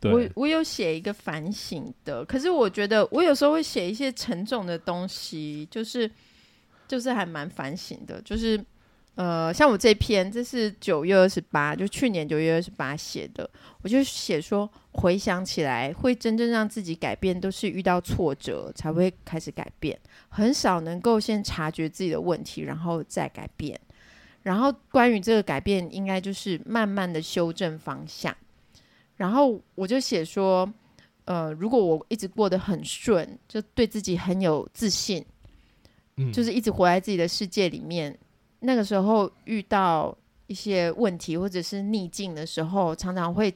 Speaker 4: 我
Speaker 2: 对，
Speaker 4: 我有写一个反省的，可是我觉得我有时候会写一些沉重的东西，就是就是还蛮反省的，就是呃，像我这篇，这是九月二十八，就去年九月二十八写的，我就写说，回想起来，会真正让自己改变，都是遇到挫折才会开始改变，很少能够先察觉自己的问题，然后再改变。然后关于这个改变，应该就是慢慢的修正方向。然后我就写说，呃，如果我一直过得很顺，就对自己很有自信，
Speaker 2: 嗯，
Speaker 4: 就是一直活在自己的世界里面。那个时候遇到一些问题或者是逆境的时候，常常会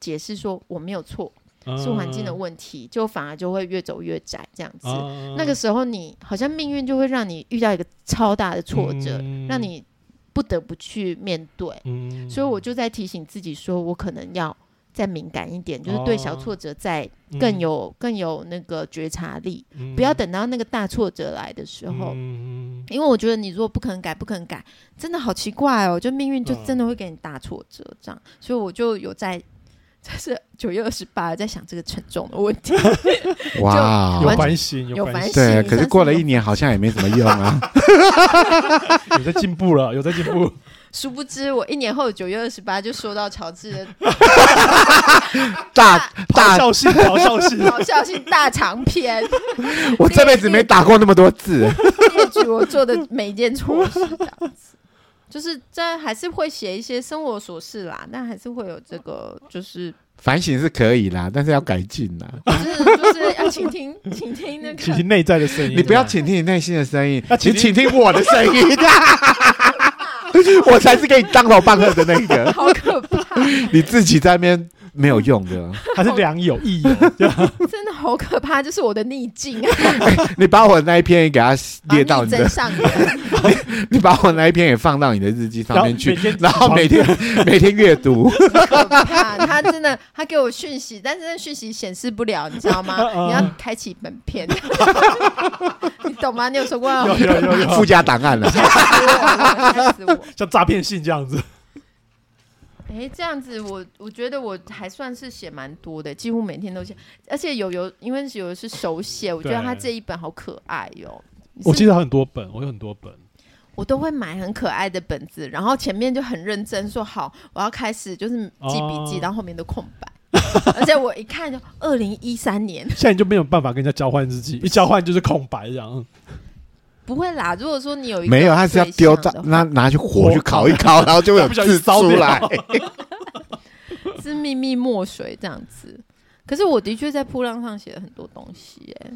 Speaker 4: 解释说我没有错，
Speaker 2: 啊
Speaker 4: 是环境
Speaker 2: 嗯
Speaker 4: 的问题，就反而就会越走越窄这样子。
Speaker 2: 啊
Speaker 4: 那个时候你好像命运就会让你遇到一个超大的挫折，让，你不得不去面对。
Speaker 2: 嗯嗯嗯
Speaker 4: 所以我就在提醒自己说，我可能要再敏感一点，就是
Speaker 2: 哦嗯
Speaker 4: 对小挫折再更有、更有那个觉察力，不要等到那个大挫折来的时候。
Speaker 2: 嗯嗯
Speaker 4: 因为我觉得你如果不肯改，不肯改，真的好奇怪哦！就命运就真的
Speaker 2: 嗯
Speaker 4: 会给你大挫折这样，所以我就有在， 这是九月二十八在想这个沉重的问题，
Speaker 3: 哇哦
Speaker 2: 嗯有
Speaker 4: 完全
Speaker 2: 反省，
Speaker 4: 有
Speaker 2: 反
Speaker 4: 反
Speaker 2: 省，
Speaker 3: 对，
Speaker 4: 省
Speaker 3: 可是过了一年好像也没什么用啊。
Speaker 2: 有在进步了，有在进步。
Speaker 4: 殊不知我一年后九月二十八就收到乔治的，
Speaker 3: 大
Speaker 2: 咆
Speaker 3: 大，
Speaker 2: 哮性，咆哮性
Speaker 4: 搞笑性大长篇，
Speaker 3: 我这辈子没打过那么多字。
Speaker 4: 列举我做的每一件错事，这样子，就是这还是会写一些生活琐事啦，但还是会有这
Speaker 2: 哦
Speaker 4: 个，就是
Speaker 3: 反省是可以啦，但是要改进啊啦。
Speaker 4: 就是就是要倾听倾听那
Speaker 2: 倾
Speaker 4: 个
Speaker 2: 听内在的声音。啊
Speaker 3: 你不要
Speaker 2: 对
Speaker 3: 倾听你内心的声音
Speaker 2: 啊，
Speaker 3: 请
Speaker 2: 请
Speaker 3: 倾听我的声音。 我才是给你当头棒喝的那个，
Speaker 4: 好可怕，
Speaker 3: 你自己在那边没有用的。
Speaker 2: 吧，他是良友益友，这样
Speaker 4: 真的好可怕，就是我的逆境啊，
Speaker 3: 哎你把我那一篇也给它列到
Speaker 4: 把逆
Speaker 3: 你的
Speaker 4: 增，上瘾，
Speaker 3: 你把我那一篇也放到你的日记上面去，然后每天 每天阅读。
Speaker 4: 好可怕，他真的他给我讯息，但是那讯息显示不了，你知道吗？
Speaker 2: 嗯
Speaker 4: 你要开启本 片， 你懂吗？你有说过要
Speaker 2: 有有有有
Speaker 3: 附加档案了，
Speaker 4: 吓死我了，吓死我。
Speaker 2: 像诈骗信这样子。
Speaker 4: 哎，这样子我我觉得我还算是写蛮多的，几乎每天都写，而且有有因为有的是手写，我觉得
Speaker 2: 对
Speaker 4: 他这一本好可爱哟、你
Speaker 2: 我
Speaker 4: 是
Speaker 2: 记得很多本，我有很多本。
Speaker 4: 我都会买很可爱的本子，然后前面就很认真说好，我要开始就是记笔记，
Speaker 2: 哦
Speaker 4: 然后后面都空白， 而且我一看就二零一三年
Speaker 2: 现在你就没有办法跟人家交换日 记，一交换就是空白这样。
Speaker 4: 不会啦。如果说你有一个
Speaker 3: 没有，他是要
Speaker 4: 对
Speaker 3: 丢
Speaker 4: 象
Speaker 3: 到
Speaker 4: 的话
Speaker 3: 拿拿去火去烤一烤，然后就会有
Speaker 2: 不小心
Speaker 3: 字
Speaker 2: 烧
Speaker 3: 出
Speaker 2: 掉
Speaker 3: 来。
Speaker 4: 是秘密墨水这样子。可是我的确在铺浪上写了很多东西、哎，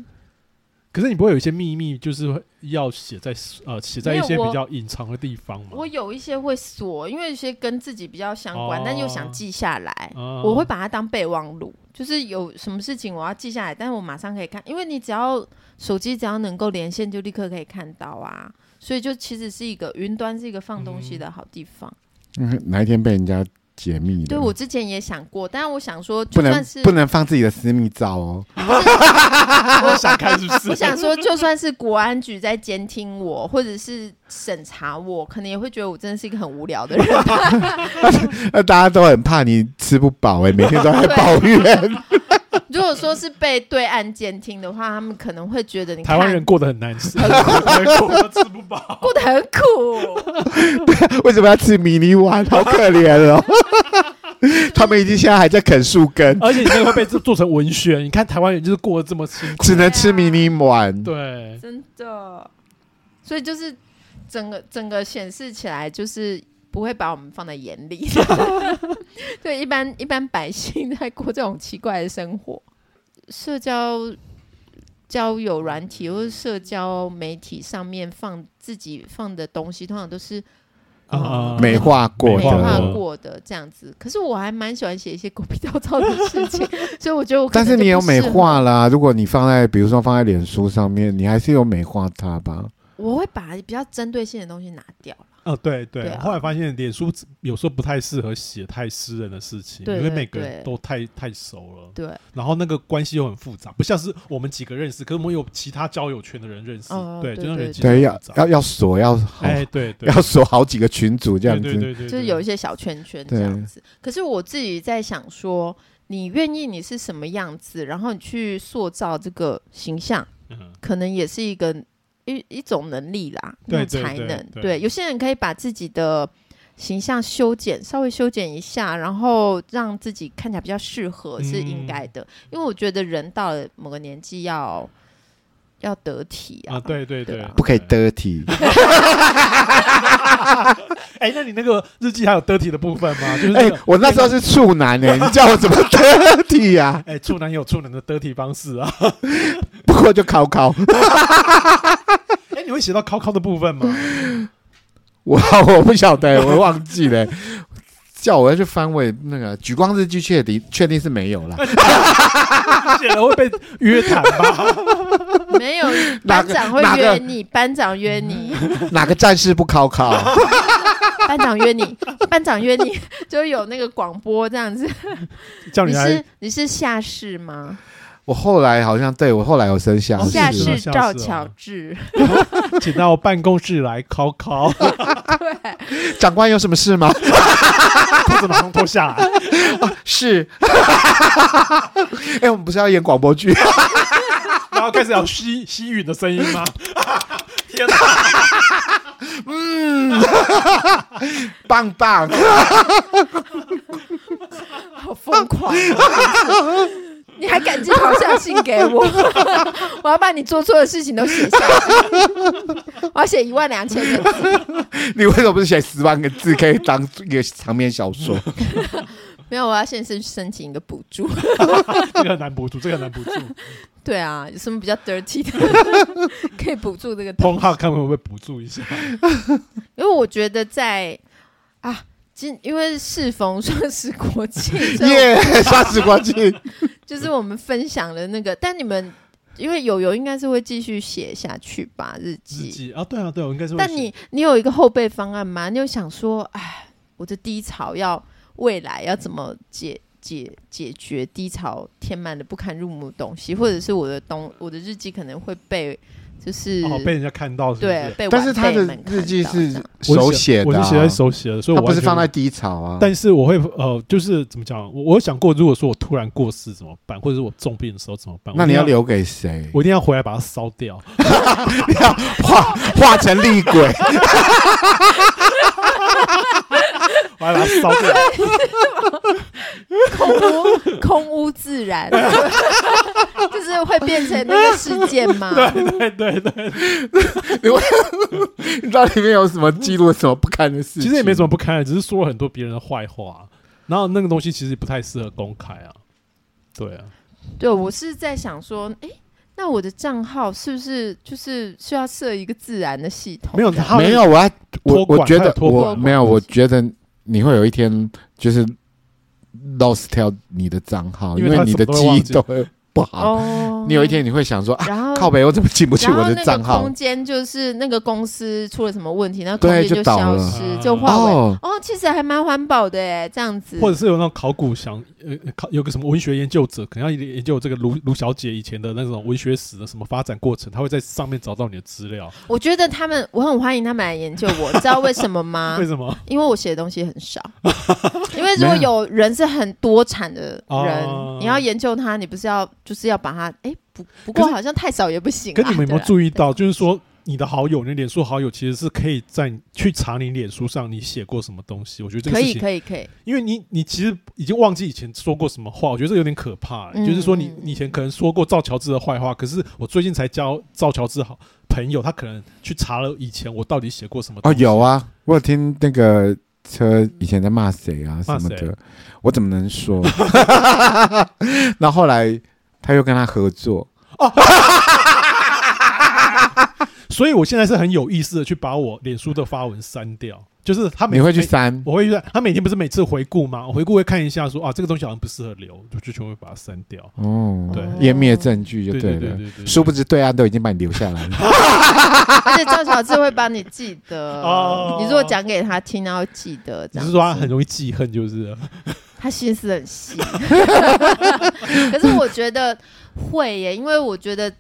Speaker 2: 可是你不会有一些秘密，就是会要写在呃写在一
Speaker 4: 没
Speaker 2: 些
Speaker 4: 有我
Speaker 2: 比较隐藏的地方吗？
Speaker 4: 我有一些会锁，因为有些跟自己比较相关，
Speaker 2: 哦
Speaker 4: 但又想记下来，
Speaker 2: 啊
Speaker 4: 我会把它当备忘录。就是有什么事情我要记下来，但是我马上可以看，因为你只要手机只要能够连线，就立刻可以看到啊。所以就其实是一个云端是一个放东西的好地方。
Speaker 3: 嗯哪一天被人家解密了？
Speaker 4: 对我之前也想过，但是我想说，
Speaker 3: 不
Speaker 4: 就
Speaker 3: 能
Speaker 4: 算是
Speaker 3: 不能放自己的私密照哦。
Speaker 2: 我想看是不是？
Speaker 4: 我想说，就算是国安局在监听我， 或者是审查我，可能也会觉得我真的是一个很无聊的 人。
Speaker 3: 那大家都很怕你吃不饱 哎、每天都在抱怨。
Speaker 4: 如果说是被对岸监听的话，他们可能会觉得你
Speaker 2: 台
Speaker 4: 看
Speaker 2: 湾人过得很难吃， 台湾人过得吃不饱。
Speaker 4: 过得很苦，
Speaker 3: 为什么要吃迷你碗？好可怜 哦！他们已经现在还在啃树根，
Speaker 2: 而且你那个会被做做成文学，你看台湾人就是过得这么辛苦。
Speaker 3: 只能吃迷你碗。
Speaker 2: 对，
Speaker 4: 真的。所以就是整个整个显示起来，就是不会把我们放在眼里。 对，一般一般百姓在过这种奇怪的生活，社交交友软体或者社交媒体上面放自己放的东西，通常都是呃
Speaker 2: 啊
Speaker 3: 美化过
Speaker 2: 美
Speaker 4: 美
Speaker 2: 化
Speaker 4: 化
Speaker 3: 的，
Speaker 4: 过的这样子。可是我还蛮喜欢写一些狗屁倒灶的事 情，所以我觉得我可
Speaker 3: 但
Speaker 4: 能
Speaker 3: 是
Speaker 4: 就
Speaker 3: 你有
Speaker 4: 不适
Speaker 3: 美
Speaker 4: 合
Speaker 3: 化啦。如果你放在，比如说放在脸书上面，你还是有美化它吧。
Speaker 4: 我会把比较针对性的东西拿掉了。
Speaker 2: 哦，对对
Speaker 4: 对。啊
Speaker 2: 后来发现脸书有时候不太适合写太私人的事情，
Speaker 4: 对
Speaker 2: 因为
Speaker 4: 对
Speaker 2: 每个人
Speaker 4: 对
Speaker 2: 都太太熟了，
Speaker 4: 对，
Speaker 2: 然后那个关系又很复杂，不像是我们几个认识，可是我们有其他交友圈的人认识
Speaker 4: 哦，
Speaker 2: 对，就
Speaker 4: 对
Speaker 2: 让人
Speaker 4: 对
Speaker 2: 际
Speaker 3: 对，
Speaker 2: 很
Speaker 3: 要
Speaker 2: 复杂
Speaker 3: 要要锁，要好，
Speaker 2: 哎，对对，
Speaker 3: 要锁好几个群组这样
Speaker 2: 对
Speaker 3: 子。
Speaker 2: 对对对，
Speaker 4: 就是有一些小圈圈
Speaker 3: 对
Speaker 4: 这样子。可是我自己在想说，你愿意你是什么样子，然后你去塑造这个形象，
Speaker 2: 嗯
Speaker 4: 可能也是一个一一种能力啦，
Speaker 2: 对
Speaker 4: 那种才
Speaker 2: 对对
Speaker 4: 能。
Speaker 2: 对
Speaker 4: 有些人可以把自己的形象修剪，稍微修剪一下，然后让自己看起来比较适合，是应该的。
Speaker 2: 嗯
Speaker 4: 因为我觉得人到了某个年纪要要得体啊，
Speaker 2: 啊，对对对
Speaker 4: 对啊，
Speaker 3: 不可以
Speaker 2: 对。
Speaker 3: dirty，
Speaker 2: 哎，那你那个日记还有 dirty 的部分吗？就是
Speaker 3: 哎、
Speaker 2: 个
Speaker 3: 我那时候是处 男哎、你叫我怎么 dirty 呀、啊？
Speaker 2: 哎，处男有处男的 dirty 方式 啊。
Speaker 3: 不过就考考，
Speaker 2: 哎，你会写到靠靠的部分吗？
Speaker 3: 我我不晓得，我忘记了。叫我要去翻我也那个《举光日记》，确定确定是没有啦。
Speaker 2: 写了会被约谈 吧？
Speaker 4: 没有
Speaker 3: 哪
Speaker 4: 班
Speaker 3: 个
Speaker 4: 长会
Speaker 3: 哪
Speaker 4: 约
Speaker 3: 个
Speaker 4: 你，班长约你，
Speaker 3: 哪个战士不考考？
Speaker 4: 班长约你，班长约你， 就有那个广播这样 子。
Speaker 2: 叫你
Speaker 4: 你
Speaker 2: 来
Speaker 4: 是你是下士吗？
Speaker 3: 我后来好像对我后来有生下
Speaker 2: 哦是
Speaker 4: 下
Speaker 2: 是是
Speaker 4: 士
Speaker 2: 下
Speaker 4: 赵
Speaker 2: 士哦
Speaker 4: 乔治。
Speaker 2: 请到办公室来考考，
Speaker 3: 长官有什么事 吗？
Speaker 2: 裤子马上脱下来。
Speaker 3: 是。 哎、我们不是要演广播剧？
Speaker 2: 然后开始有吸吸吮的声音吗？天哪！
Speaker 3: 棒棒，
Speaker 4: 好疯狂、啊！你还敢寄咆哮信给 我？我要把你做错的事情都写下来， 我要写一万两千个字。
Speaker 3: 你为什么不是写十万个字可以当一个长篇小说？
Speaker 4: 没有，我要先申申请一个补助。
Speaker 2: 这个很难补助，这个很难补助。
Speaker 4: 对啊，有什么比较 dirty 的， 可以补助这个东
Speaker 2: p
Speaker 4: 西？
Speaker 2: o 看会不会补助一下？
Speaker 4: 因为我觉得在啊，今因为适逢双十国 庆，所以我
Speaker 3: 耶，杀死国庆，
Speaker 4: 就是我们分享了那个，但你们因为友友应该是会继续写下去吧，日
Speaker 2: 自
Speaker 4: 记。
Speaker 2: 己啊，对啊，对啊，我应该是会写。
Speaker 4: 但你你有一个后备方案吗？你有想说，哎，我的低潮要未来要怎么解解解决低潮填满了不堪入目的东西，或者是我的东我的日记可能会被就是、
Speaker 2: 哦被人家看到是不
Speaker 4: 对
Speaker 2: 是？
Speaker 4: 被
Speaker 3: 但是他
Speaker 4: 哎晚辈
Speaker 3: 的
Speaker 4: 们看
Speaker 3: 日记
Speaker 4: 到这
Speaker 3: 是
Speaker 4: 样
Speaker 3: 手写
Speaker 2: 我
Speaker 3: 的、
Speaker 2: 是
Speaker 3: 啊，
Speaker 2: 写在手写的，所以
Speaker 3: 他
Speaker 2: 我
Speaker 3: 不是
Speaker 2: 完全
Speaker 3: 放在低潮啊。
Speaker 2: 但是我会呃，就是怎么讲？我我有想过，如果说我突然过世怎么办，或者是我重病的时候怎么办？
Speaker 3: 那
Speaker 2: 我一
Speaker 3: 你
Speaker 2: 定
Speaker 3: 要，留给谁？
Speaker 2: 我一定要回来把它烧掉。
Speaker 3: 你要化化成厉鬼，
Speaker 2: 我要把它烧掉，
Speaker 4: 空屋空屋自然， 就是会变成那个事件吗？
Speaker 2: 对对对，
Speaker 3: 你知道里面有什么记录什么不堪的事情？
Speaker 2: 其实也没什么不堪的，只是说了很多别人的坏话，啊然后那个东西其实不太适合公开啊。对啊，
Speaker 4: 对，我是在想说，诶，那我的账号是不是就是需要设一个自然的系统？
Speaker 2: 没有
Speaker 4: 这样
Speaker 2: 他
Speaker 3: 没有，我要
Speaker 2: 托
Speaker 3: 我
Speaker 2: 管
Speaker 3: 我觉
Speaker 2: 还有
Speaker 3: 得
Speaker 2: 托
Speaker 3: 我
Speaker 2: 管
Speaker 3: 没有，我觉得你会有一天就是 lost 掉你的账号，
Speaker 2: 因
Speaker 3: 因
Speaker 2: 为他
Speaker 3: 你的
Speaker 2: 什么都
Speaker 3: 记
Speaker 2: 会忘
Speaker 3: 忆
Speaker 2: 记
Speaker 3: 都会不好。
Speaker 4: 哦，
Speaker 3: 你有一天你会想说啊，
Speaker 4: 然后
Speaker 3: 靠北我怎么进不去
Speaker 4: 然
Speaker 3: 我
Speaker 4: 后
Speaker 3: 的
Speaker 4: 那个
Speaker 3: 账号
Speaker 4: 空？间就是那个公司出了什么问题，那个空
Speaker 3: 对
Speaker 4: 间
Speaker 3: 就倒
Speaker 4: 消
Speaker 3: 了
Speaker 4: 失，就化为
Speaker 3: 哦，
Speaker 4: 哦，其实还蛮环保的哎，这样子。
Speaker 2: 或者是有那种考古想呃考有个什么文学研究者，可能要研究这个卢卢小姐以前的那种文学史的什么发展过程，他会在上面找到你的资料。
Speaker 4: 我觉得他们，我很欢迎他们来研究 我，知道为什么吗
Speaker 2: 为？什么？
Speaker 4: 因为我写的东西很少， 因为如果有人是很多产的
Speaker 2: 哦
Speaker 4: 人，你要研究他，你不是要就是要把他哎不不过
Speaker 2: 可是
Speaker 4: 好像太少也不行啊。
Speaker 2: 跟你们有没有
Speaker 4: 对啊
Speaker 2: 注意到，就是说你的好友，你的脸书好友其实是可以在你去查你脸书上你写过什么东西。我觉得这个
Speaker 4: 可
Speaker 2: 事
Speaker 4: 以啊
Speaker 2: 情，
Speaker 4: 可以可以，
Speaker 2: 因为你你其实已经忘记以前说过什么话，我觉得这有点可怕、
Speaker 4: 嗯
Speaker 2: 就是说你
Speaker 4: 嗯
Speaker 2: 你以前可能说过赵乔治的坏话，可是我最近才交赵乔治好朋友，他可能去查了以前我到底写过什么
Speaker 4: 欸
Speaker 3: 哦
Speaker 2: 东西
Speaker 3: 有，啊，我有听那个车以前在骂谁啊
Speaker 2: 骂
Speaker 3: 什么
Speaker 2: 谁
Speaker 3: 的，我怎么 能说？ 然后后来他又跟他合作，
Speaker 2: 所以我现在是很有意识的去把我脸书的发文删掉，就是他每
Speaker 3: 你会去
Speaker 2: 每
Speaker 3: 删？
Speaker 2: 我会去，他每天不是每次回顾吗？我回顾会看一下说啊，这个东西好像不适合留，就就全部会把它删掉。
Speaker 3: 哦，
Speaker 2: 对
Speaker 3: 湮灭证据就
Speaker 2: 对
Speaker 3: 对
Speaker 2: 对对
Speaker 3: 了。
Speaker 2: 对对，
Speaker 3: 殊不知对岸都已经把你留下来了。
Speaker 4: 而且赵乔治会帮你记得
Speaker 2: 哦，
Speaker 4: 你如果讲给他听，他会记得。这
Speaker 2: 你
Speaker 4: 样子
Speaker 2: 是说他很容易记恨，就是了
Speaker 4: 他心思很细，可是我觉得会耶，因为我觉得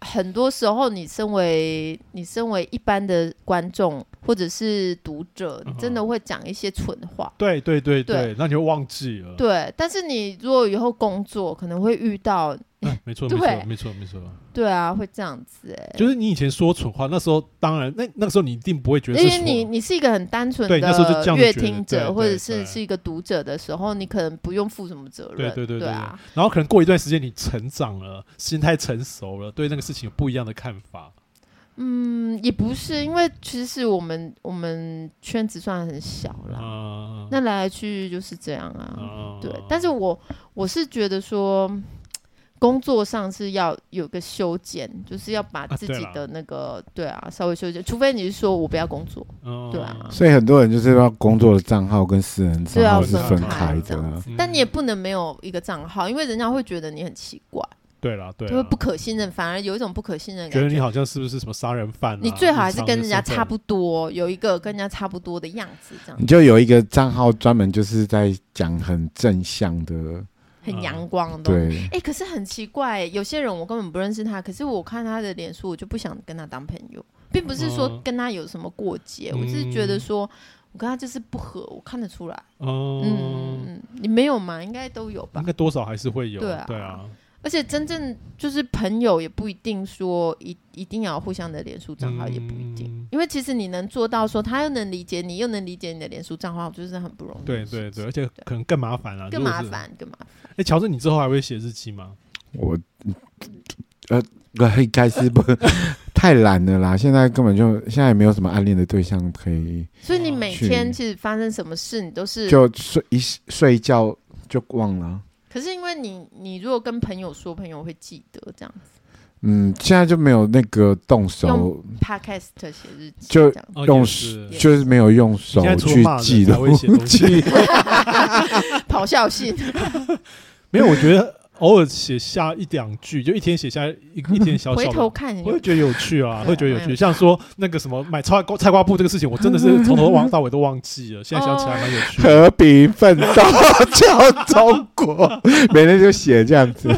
Speaker 4: 很多时候，你身为你身为一般的观众或者是读者，你真的会讲一些蠢话。
Speaker 2: 对对对
Speaker 4: 对
Speaker 2: 对，那你就忘记了。
Speaker 4: 对，但是你如果以后工作，可能会遇到，
Speaker 2: 哎，没错没
Speaker 4: 对
Speaker 2: 错没错没错，
Speaker 4: 对啊，会这样子哎，
Speaker 2: 就是你以前说蠢话，那时候当然那那个时候你一定不会觉得
Speaker 4: 因
Speaker 2: 是
Speaker 4: 为
Speaker 2: 蠢
Speaker 4: 你你是一个很单纯
Speaker 2: 对那时候就这
Speaker 4: 的
Speaker 2: 样
Speaker 4: 乐
Speaker 2: 觉得
Speaker 4: 听
Speaker 2: 对
Speaker 4: 者，或者
Speaker 2: 对
Speaker 4: 是
Speaker 2: 对
Speaker 4: 是一个读者的时候，你可能不用负什么责任，
Speaker 2: 对对对对
Speaker 4: 啊，
Speaker 2: 然后可能过一段时间你成长了，心态成熟了，对那个事情有不一样的看法。
Speaker 4: 嗯，也不是，因为其实我们我们圈子算很小啦，
Speaker 2: 嗯，
Speaker 4: 啊那来来去去就是这样啊。
Speaker 2: 嗯
Speaker 4: 对，但是我我是觉得说，工作上是要有个修剪，就是要把
Speaker 2: 啊
Speaker 4: 自
Speaker 2: 对
Speaker 4: 己
Speaker 2: 啦
Speaker 4: 的那个对啊稍微修剪，除非你是说我不要工作，
Speaker 2: 嗯
Speaker 4: 对啊
Speaker 3: 所以很多人就是要工作的账号跟私人账号
Speaker 2: 对啊
Speaker 3: 是分
Speaker 2: 分
Speaker 3: 开
Speaker 2: 开
Speaker 4: 这
Speaker 3: 的
Speaker 4: 样
Speaker 2: 嗯
Speaker 3: 啊。
Speaker 4: 但你也不能没有一个账号，因为人家会觉得你很奇怪，
Speaker 2: 对啦对
Speaker 4: 就会
Speaker 2: 啦，
Speaker 4: 不可信任，反而有一种不可信任的
Speaker 2: 觉
Speaker 4: 感
Speaker 2: 得你好像是不是什么杀人犯啊？
Speaker 4: 你最好还是
Speaker 2: 隐藏
Speaker 4: 跟
Speaker 2: 你
Speaker 4: 人家
Speaker 2: 的身份
Speaker 4: 差不多，有一个跟人家差不多的样子，这样
Speaker 2: 嗯
Speaker 3: 你就有一个账号专门就是在讲很正向的，
Speaker 4: 很
Speaker 2: 嗯
Speaker 4: 阳光的东西。
Speaker 3: 对，
Speaker 4: 哎、可是很奇怪、有些人我根本不认识他，可是我看他的脸书，我就不想跟他当朋友，并不是说
Speaker 2: 嗯
Speaker 4: 跟他有什么过节，我只是觉得说，我跟他就是不合，我看得出来。嗯，
Speaker 2: 嗯，
Speaker 4: 嗯你没有吗？应该都有吧
Speaker 2: 应。该多少还是会有。
Speaker 4: 对啊
Speaker 2: 对啊，
Speaker 4: 而且真正就是朋友，也不一定说一一定要互相的脸书账号，也不一定。
Speaker 2: 嗯
Speaker 4: 因为其实你能做到说，他又能理解你，又能理解你的脸书账号，就是很不容易。
Speaker 2: 对对对，，而且可能更麻烦啦，
Speaker 4: 嗯更
Speaker 2: 如果
Speaker 4: 麻
Speaker 2: 是。
Speaker 4: 烦，更麻烦。
Speaker 2: 哎，乔治，你之后还会写日记吗？
Speaker 3: 我呃应该是不太懒了啦，现在根本就现在也没有什么暗恋的对象可以，
Speaker 4: 所以
Speaker 2: 啊
Speaker 4: 你每
Speaker 3: 去
Speaker 4: 天其实发生什么事，你都是
Speaker 3: 就睡一睡一觉就忘了。
Speaker 4: 可是因为你，你如果跟朋友说，朋友会记得这样子。
Speaker 3: 嗯，现在就没有那个动手
Speaker 4: 用，Podcast 写日记
Speaker 3: 就
Speaker 4: 这样子
Speaker 2: 哦
Speaker 3: 用
Speaker 2: 也
Speaker 3: 手
Speaker 2: 是
Speaker 4: 也
Speaker 3: 就是没有用手
Speaker 2: 你现在除了
Speaker 3: 去
Speaker 2: 骂人
Speaker 3: 记
Speaker 2: 才会
Speaker 3: 录
Speaker 2: 写东 西
Speaker 3: 记录
Speaker 2: 哦
Speaker 4: 咆哮 信，
Speaker 2: 没有，我觉得偶尔写下一两句，就一天写下一一点小
Speaker 4: 回
Speaker 2: 小
Speaker 4: 头
Speaker 2: 的。
Speaker 4: 看有
Speaker 2: 我会觉得有趣啊，
Speaker 4: 对
Speaker 2: 会觉得有
Speaker 4: 蛮
Speaker 2: 趣。
Speaker 4: 有
Speaker 2: 像说那个什么买菜瓜菜瓜布这个事情，我真的是从头往到尾都忘记了，现
Speaker 4: 哦
Speaker 2: 在想起来蛮有趣 的。
Speaker 3: 和平奋斗叫中国，每天就写这 样子。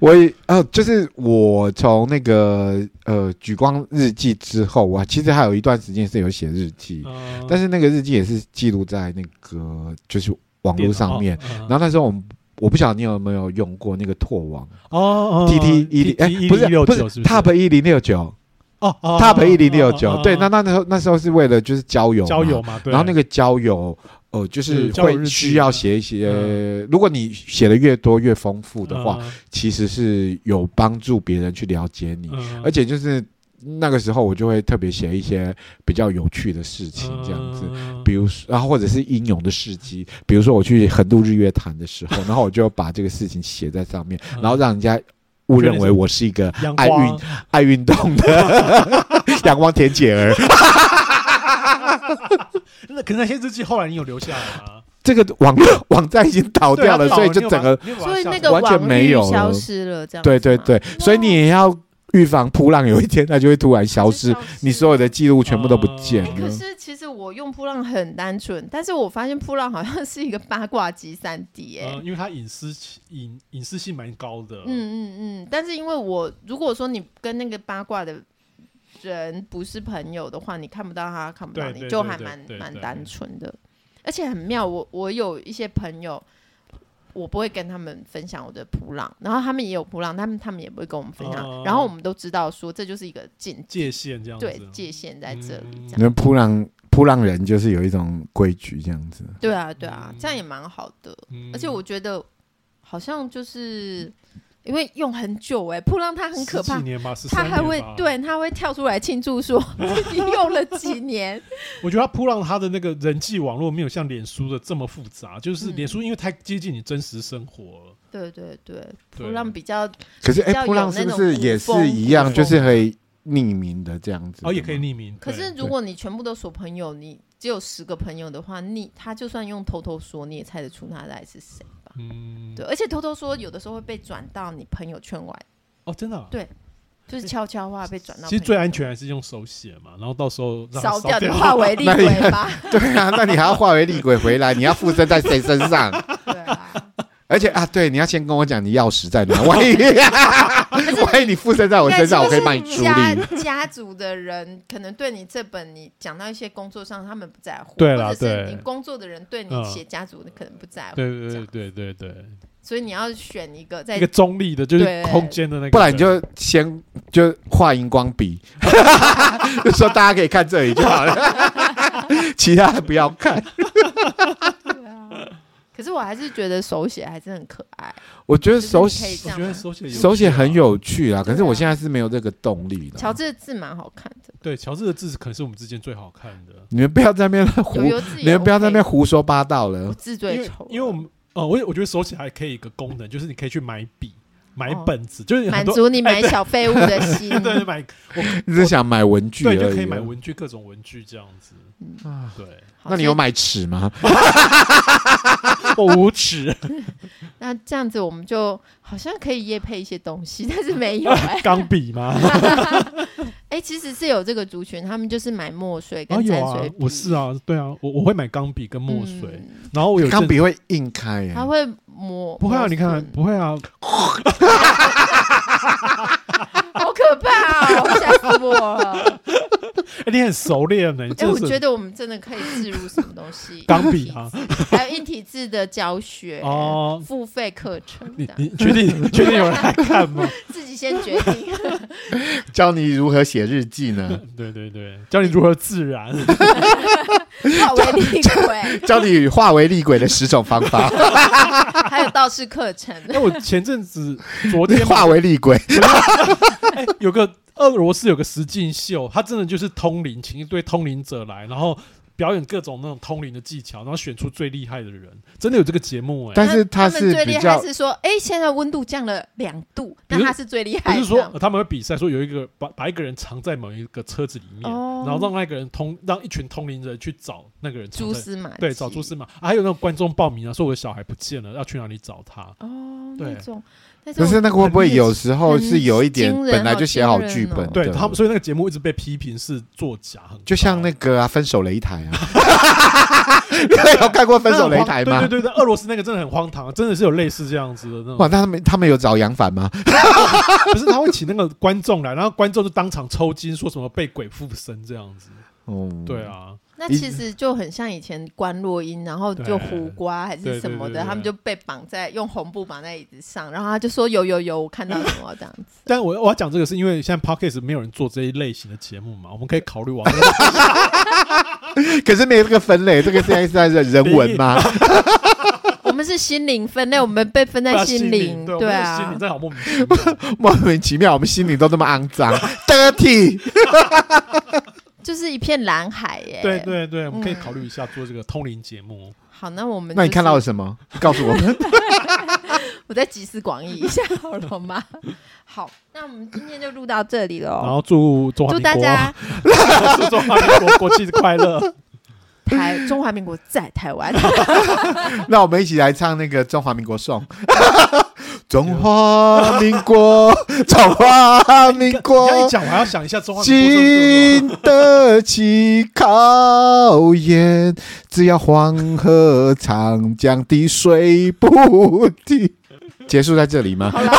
Speaker 3: 我也哦，就是我从那个呃《举光日记》之后，我其实还有一段时间是有写日记，
Speaker 2: 嗯
Speaker 3: 但是那个日记也是记录在那个就是网络上面。，
Speaker 2: 嗯哦
Speaker 3: 然后那时候我们我不晓得你有没有用过那个拓网
Speaker 2: 哦哦
Speaker 3: T T 一
Speaker 2: 一
Speaker 3: 零哎不是
Speaker 2: 六
Speaker 3: 不
Speaker 2: 九是
Speaker 3: Top 一零六九
Speaker 2: 哦哦
Speaker 3: Top 一零六九对，那那那时候那时候是为了就是交友嘛
Speaker 2: 交友嘛，对，
Speaker 3: 然后那个交友，呃，就是
Speaker 2: 嗯交友
Speaker 3: 会
Speaker 2: 日记
Speaker 3: 需要写一些，如果你写的越多越丰富
Speaker 2: 嗯
Speaker 3: 的话，其实是有帮助别人去了解你，
Speaker 2: 嗯，
Speaker 3: 而且就是那个时候我就会特别写一些比较有趣的事情，这样子。
Speaker 2: 嗯
Speaker 3: 比如说，然后或者是英勇的事迹，比如说我去横渡日月潭的时候，然后我就把这个事情写在上面，
Speaker 2: 嗯
Speaker 3: 然后让人家误认为我是一个
Speaker 2: 阳
Speaker 3: 爱
Speaker 2: 光
Speaker 3: 运爱运动的阳光田姐儿。
Speaker 2: 那可是那些日记后来你有留下来吗？
Speaker 3: 这个网网站已经倒掉了，所以就整个
Speaker 4: 所以那个
Speaker 3: 完全
Speaker 4: 网
Speaker 3: 没
Speaker 4: 域
Speaker 3: 有了
Speaker 4: 消失了，这样子
Speaker 3: 对对
Speaker 4: 吗啊
Speaker 3: 对，所以你也要预防扑浪，有一天它就会突然消
Speaker 4: 就
Speaker 3: 失，
Speaker 4: 消失哦
Speaker 3: 你所有的记录全部都不见
Speaker 2: 哎
Speaker 4: 可
Speaker 3: 了。
Speaker 4: 是其实我用扑浪很单纯，但是我发现扑浪好像是一个八卦集散地、哎、
Speaker 2: 呃，因为它隐私性隐隐私性蛮高的，
Speaker 4: 嗯，嗯嗯。但是因为我如果说你跟那个八卦的人不是朋友的话，你看不到他，看不到
Speaker 2: 对
Speaker 4: 你，
Speaker 2: 对
Speaker 4: 就
Speaker 2: 对
Speaker 4: 还
Speaker 2: 对
Speaker 4: 蛮
Speaker 2: 对
Speaker 4: 蛮
Speaker 2: 对
Speaker 4: 单纯的，而且很妙。我我有一些朋友。我不会跟他们分享我的扑浪，然后他们也有扑浪，他们他们也不会跟我们分享，
Speaker 2: 哦
Speaker 4: 然后我们都知道说这就是一个禁
Speaker 2: 界限这样子，
Speaker 4: 对界限在这里，
Speaker 2: 嗯
Speaker 4: 这样。
Speaker 3: 那扑浪扑浪人就是有一种规矩这样子，
Speaker 4: 对啊，对啊，这样
Speaker 2: 嗯
Speaker 4: 也蛮好的。
Speaker 2: 嗯
Speaker 4: 而且我觉得好像就是因为用很久哎、扑浪它很可
Speaker 2: 十
Speaker 4: 怕
Speaker 2: 几，年吧，13
Speaker 4: 它还会
Speaker 2: 年吧，
Speaker 4: 对，它会跳出来庆祝 说自己用了几年。
Speaker 2: 我觉得它扑浪它的那个人际网络没有像脸书的这么复杂，就是
Speaker 4: 嗯
Speaker 2: 脸书因为太接近你真实生活了，
Speaker 4: 对对对，扑
Speaker 2: 对
Speaker 4: 浪比较
Speaker 3: 可是哎
Speaker 4: 比较，有
Speaker 3: 扑浪
Speaker 4: 那
Speaker 3: 是不
Speaker 4: 种
Speaker 3: 是
Speaker 4: 古
Speaker 3: 也是
Speaker 4: 风
Speaker 3: 一
Speaker 4: 古
Speaker 3: 样，就
Speaker 2: 风
Speaker 3: 是可以匿名的这样子的吗？
Speaker 2: 哦也可以匿名，
Speaker 4: 可是
Speaker 2: 对
Speaker 4: 如果你全部都锁朋友，你只有十个朋友的话，你他就算用偷偷说，你也猜得出他来是谁吧？
Speaker 2: 嗯，
Speaker 4: 对，而且偷偷说有的时候会被转到你朋友圈外，
Speaker 2: 哦真的啊、
Speaker 4: 对就是悄悄话被转到。
Speaker 2: 其实最安。全还是用手写嘛，然后到时候让它
Speaker 4: 烧掉你
Speaker 2: 掉
Speaker 4: 化 为厉
Speaker 3: 那你
Speaker 4: 鬼吧，
Speaker 3: 对啊，那你还要化为厉鬼回来，你要附身在谁身上？
Speaker 4: 对啊，
Speaker 3: 而且啊，对，你要先跟我讲你钥匙在哪，万一万一你附哦身在我身上，我可以帮你处
Speaker 4: 家
Speaker 3: 理。
Speaker 4: 家族的人可能对你这本你讲到一些工作上，他们不在乎，
Speaker 2: 对啦
Speaker 4: 或者是
Speaker 2: 对
Speaker 4: 你工作的人对你
Speaker 2: 嗯
Speaker 4: 写家族的可能不在乎，
Speaker 2: 对对对对对对，
Speaker 4: 所以你要选一个 在
Speaker 2: 一个中立的，就是
Speaker 4: 对
Speaker 2: 空间的那个，
Speaker 3: 不然你就先就画荧光 笔，就说大家可以看这里就好了，其他的不要看。
Speaker 4: 对啊。 可是我还是觉得手写还是很可爱，
Speaker 3: 我觉得
Speaker 4: 就是
Speaker 3: 手
Speaker 4: 你可以这
Speaker 3: 写
Speaker 2: 我
Speaker 4: 样
Speaker 2: 觉
Speaker 4: 吗
Speaker 2: 得。手写有啊
Speaker 3: 手写很有趣啊，
Speaker 4: 对啊
Speaker 3: 可是我现在是没有这个动力
Speaker 4: 乔
Speaker 3: 的。
Speaker 4: 治的字蛮好看的，
Speaker 2: 对乔治的字可能是我们之间最好看的，
Speaker 3: 你们不要在那边胡
Speaker 4: 有，有字也 OK，
Speaker 3: 你们不要在那边胡说八道了
Speaker 4: 我。字
Speaker 2: 因
Speaker 4: 最
Speaker 2: 为
Speaker 4: 丑了，
Speaker 2: 因为我们哦，我也我觉得手写还可以一个功能，就是你可以去买笔、买
Speaker 4: 哦
Speaker 2: 本子，就是很
Speaker 4: 满
Speaker 2: 多
Speaker 4: 足你买
Speaker 2: 哎对
Speaker 4: 小废物的 心，
Speaker 2: 对对买
Speaker 3: 你只想买文具而
Speaker 2: 对
Speaker 3: 已。
Speaker 2: 就可以买文具，各种文具这样子，
Speaker 3: 啊
Speaker 2: 对，
Speaker 4: 好
Speaker 3: 那你有？买尺吗？
Speaker 2: 哦我
Speaker 4: 哦
Speaker 2: 无耻，
Speaker 4: 所以那这样子我们就好像可以夜配一些东西，但是没 有哎，
Speaker 2: 钢 笔吗？
Speaker 4: 哎、其实是有这个族群，他们就是买墨水
Speaker 2: 啊
Speaker 3: 哦
Speaker 4: 跟
Speaker 2: 有
Speaker 4: 沾
Speaker 2: 啊
Speaker 4: 水笔、，
Speaker 2: 我是啊，对啊，我我会买钢笔跟墨水，
Speaker 4: 嗯
Speaker 2: 然后我有一阵
Speaker 3: 钢笔会硬开耶
Speaker 4: 他、会磨。
Speaker 2: 不会啊，
Speaker 4: 磨
Speaker 2: 你看
Speaker 4: 损
Speaker 2: 不会啊，
Speaker 4: 好可怕 哦，吓死我了！
Speaker 2: 哎你很熟练呢，你
Speaker 4: 哎、
Speaker 2: 真
Speaker 4: 我
Speaker 2: 的
Speaker 4: 觉
Speaker 2: 是，
Speaker 4: 得我们真的可以置入什么东西
Speaker 2: 钢笔啊，
Speaker 4: 还有硬体字的教学
Speaker 2: 哦
Speaker 4: 付费课程
Speaker 2: 你
Speaker 4: 欸的，
Speaker 2: 你确定 你确定有人来看吗？
Speaker 4: 自己先决定。
Speaker 3: 教你如何写日记 呢？
Speaker 2: 对对对，教你如何自 然，
Speaker 4: 化为厉 鬼，
Speaker 3: 教你化为厉鬼的十种方法，
Speaker 4: 还有道士课程，
Speaker 2: 那哎我前阵子昨天吧
Speaker 3: 化为厉鬼。
Speaker 2: 哎，有个俄罗斯有个实境秀，他真的就是通灵，请一堆通灵者来，然后表演各种那种通灵的技巧，然后选出最厉害的人，真的有这个节目哎、
Speaker 3: 但是
Speaker 4: 他
Speaker 3: 他
Speaker 4: 们
Speaker 3: 是
Speaker 4: 最厉
Speaker 3: 比
Speaker 4: 害
Speaker 3: 较，
Speaker 4: 是说，哎、现在温度降了两度，
Speaker 2: 比
Speaker 4: 那
Speaker 2: 如
Speaker 4: 他是最厉
Speaker 2: 不
Speaker 4: 害的。
Speaker 2: 是说呃他们会比赛，说有一个把把一个人藏在某一个车子里面，
Speaker 4: 哦
Speaker 2: 然后让那个人通让一群通灵人去找那个人藏
Speaker 4: 蛛
Speaker 2: 在，
Speaker 4: 丝马迹，
Speaker 2: 对，找蛛丝马、啊还有那种观众报名啊，说我的小孩不见了，要去哪里找他？
Speaker 4: 哦，
Speaker 2: 对
Speaker 4: 那种，但是
Speaker 3: 不
Speaker 4: 我
Speaker 3: 是那个会不会
Speaker 2: 很
Speaker 3: 有时候
Speaker 4: 很
Speaker 3: 是有一点
Speaker 4: 惊人
Speaker 3: 本来就写好剧
Speaker 4: 好惊
Speaker 3: 本
Speaker 4: 人哦
Speaker 3: 的？
Speaker 2: 对他们，所以那个节目一直被批评是作假，很
Speaker 3: 就像
Speaker 2: 高
Speaker 3: 那个啊，分手擂台啊。 你有看过《分手擂台》
Speaker 2: 那很荒
Speaker 3: 吗？
Speaker 2: 对对对对，俄罗斯那个真的很荒唐，真的是有类似这样子的那种
Speaker 3: 哇，。那他们他们有找杨凡吗？
Speaker 2: 不是他会请那个观众来，然后观众就当场抽筋，说什么被鬼附身这样子。
Speaker 4: 嗯
Speaker 3: 哦，
Speaker 2: 对，啊，
Speaker 4: 那
Speaker 3: 一
Speaker 4: 其实就很像以前关洛英，然后就胡瓜还是什么
Speaker 2: 对对对
Speaker 4: 的，
Speaker 2: 对
Speaker 4: 他们就被绑在用红布绑在椅子上，然后他就说有有有，我看到什么这样子。
Speaker 2: 但我我要讲这个是因为现在 podcast 没有人做这一类型的节目嘛，我们可以考虑往那个
Speaker 3: 可是没有这个分类，这个现在是在人人 文吗？
Speaker 4: 我们是心灵分类，我们被分 在心灵，
Speaker 2: 对
Speaker 4: 对
Speaker 2: 我们的心
Speaker 4: 啊
Speaker 2: 灵。在好莫名其 妙。
Speaker 3: 莫名其妙，我们心里都这么肮 脏，dirty。
Speaker 4: 就是一片蓝海耶。
Speaker 2: 对。对对，我们可以考虑一下做这个通灵节目。
Speaker 4: 好，那我们
Speaker 3: 那你
Speaker 4: 就是
Speaker 3: 看到了什么？告诉我 们。
Speaker 4: 我再集思广益一下好了吗？好，那我们今天就录到这里了
Speaker 2: 然
Speaker 4: 哦。
Speaker 2: 后祝中华
Speaker 4: 祝
Speaker 2: 民
Speaker 4: 大
Speaker 2: 国，
Speaker 4: 家
Speaker 2: 祝中华民国国庆快乐。
Speaker 4: 台中华民国在台 湾，
Speaker 3: 那我们一起来唱那个《中华民国 颂》。中华民国， 中华民
Speaker 2: 你要一
Speaker 3: 国，
Speaker 2: 讲，我还要想一下中华民国是不是
Speaker 3: 经得起考验。只要黄河、长江滴水不滴。结束在这里吗？
Speaker 4: 好 啦，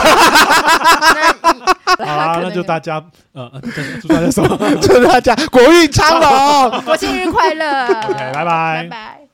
Speaker 4: 那
Speaker 2: 好啦，啊那就大家呃，呃 祝大家什么
Speaker 3: 祝大家国运昌隆。
Speaker 4: 国庆日快乐，
Speaker 2: 哎？OK，拜
Speaker 4: 拜
Speaker 2: 拜。
Speaker 4: 拜。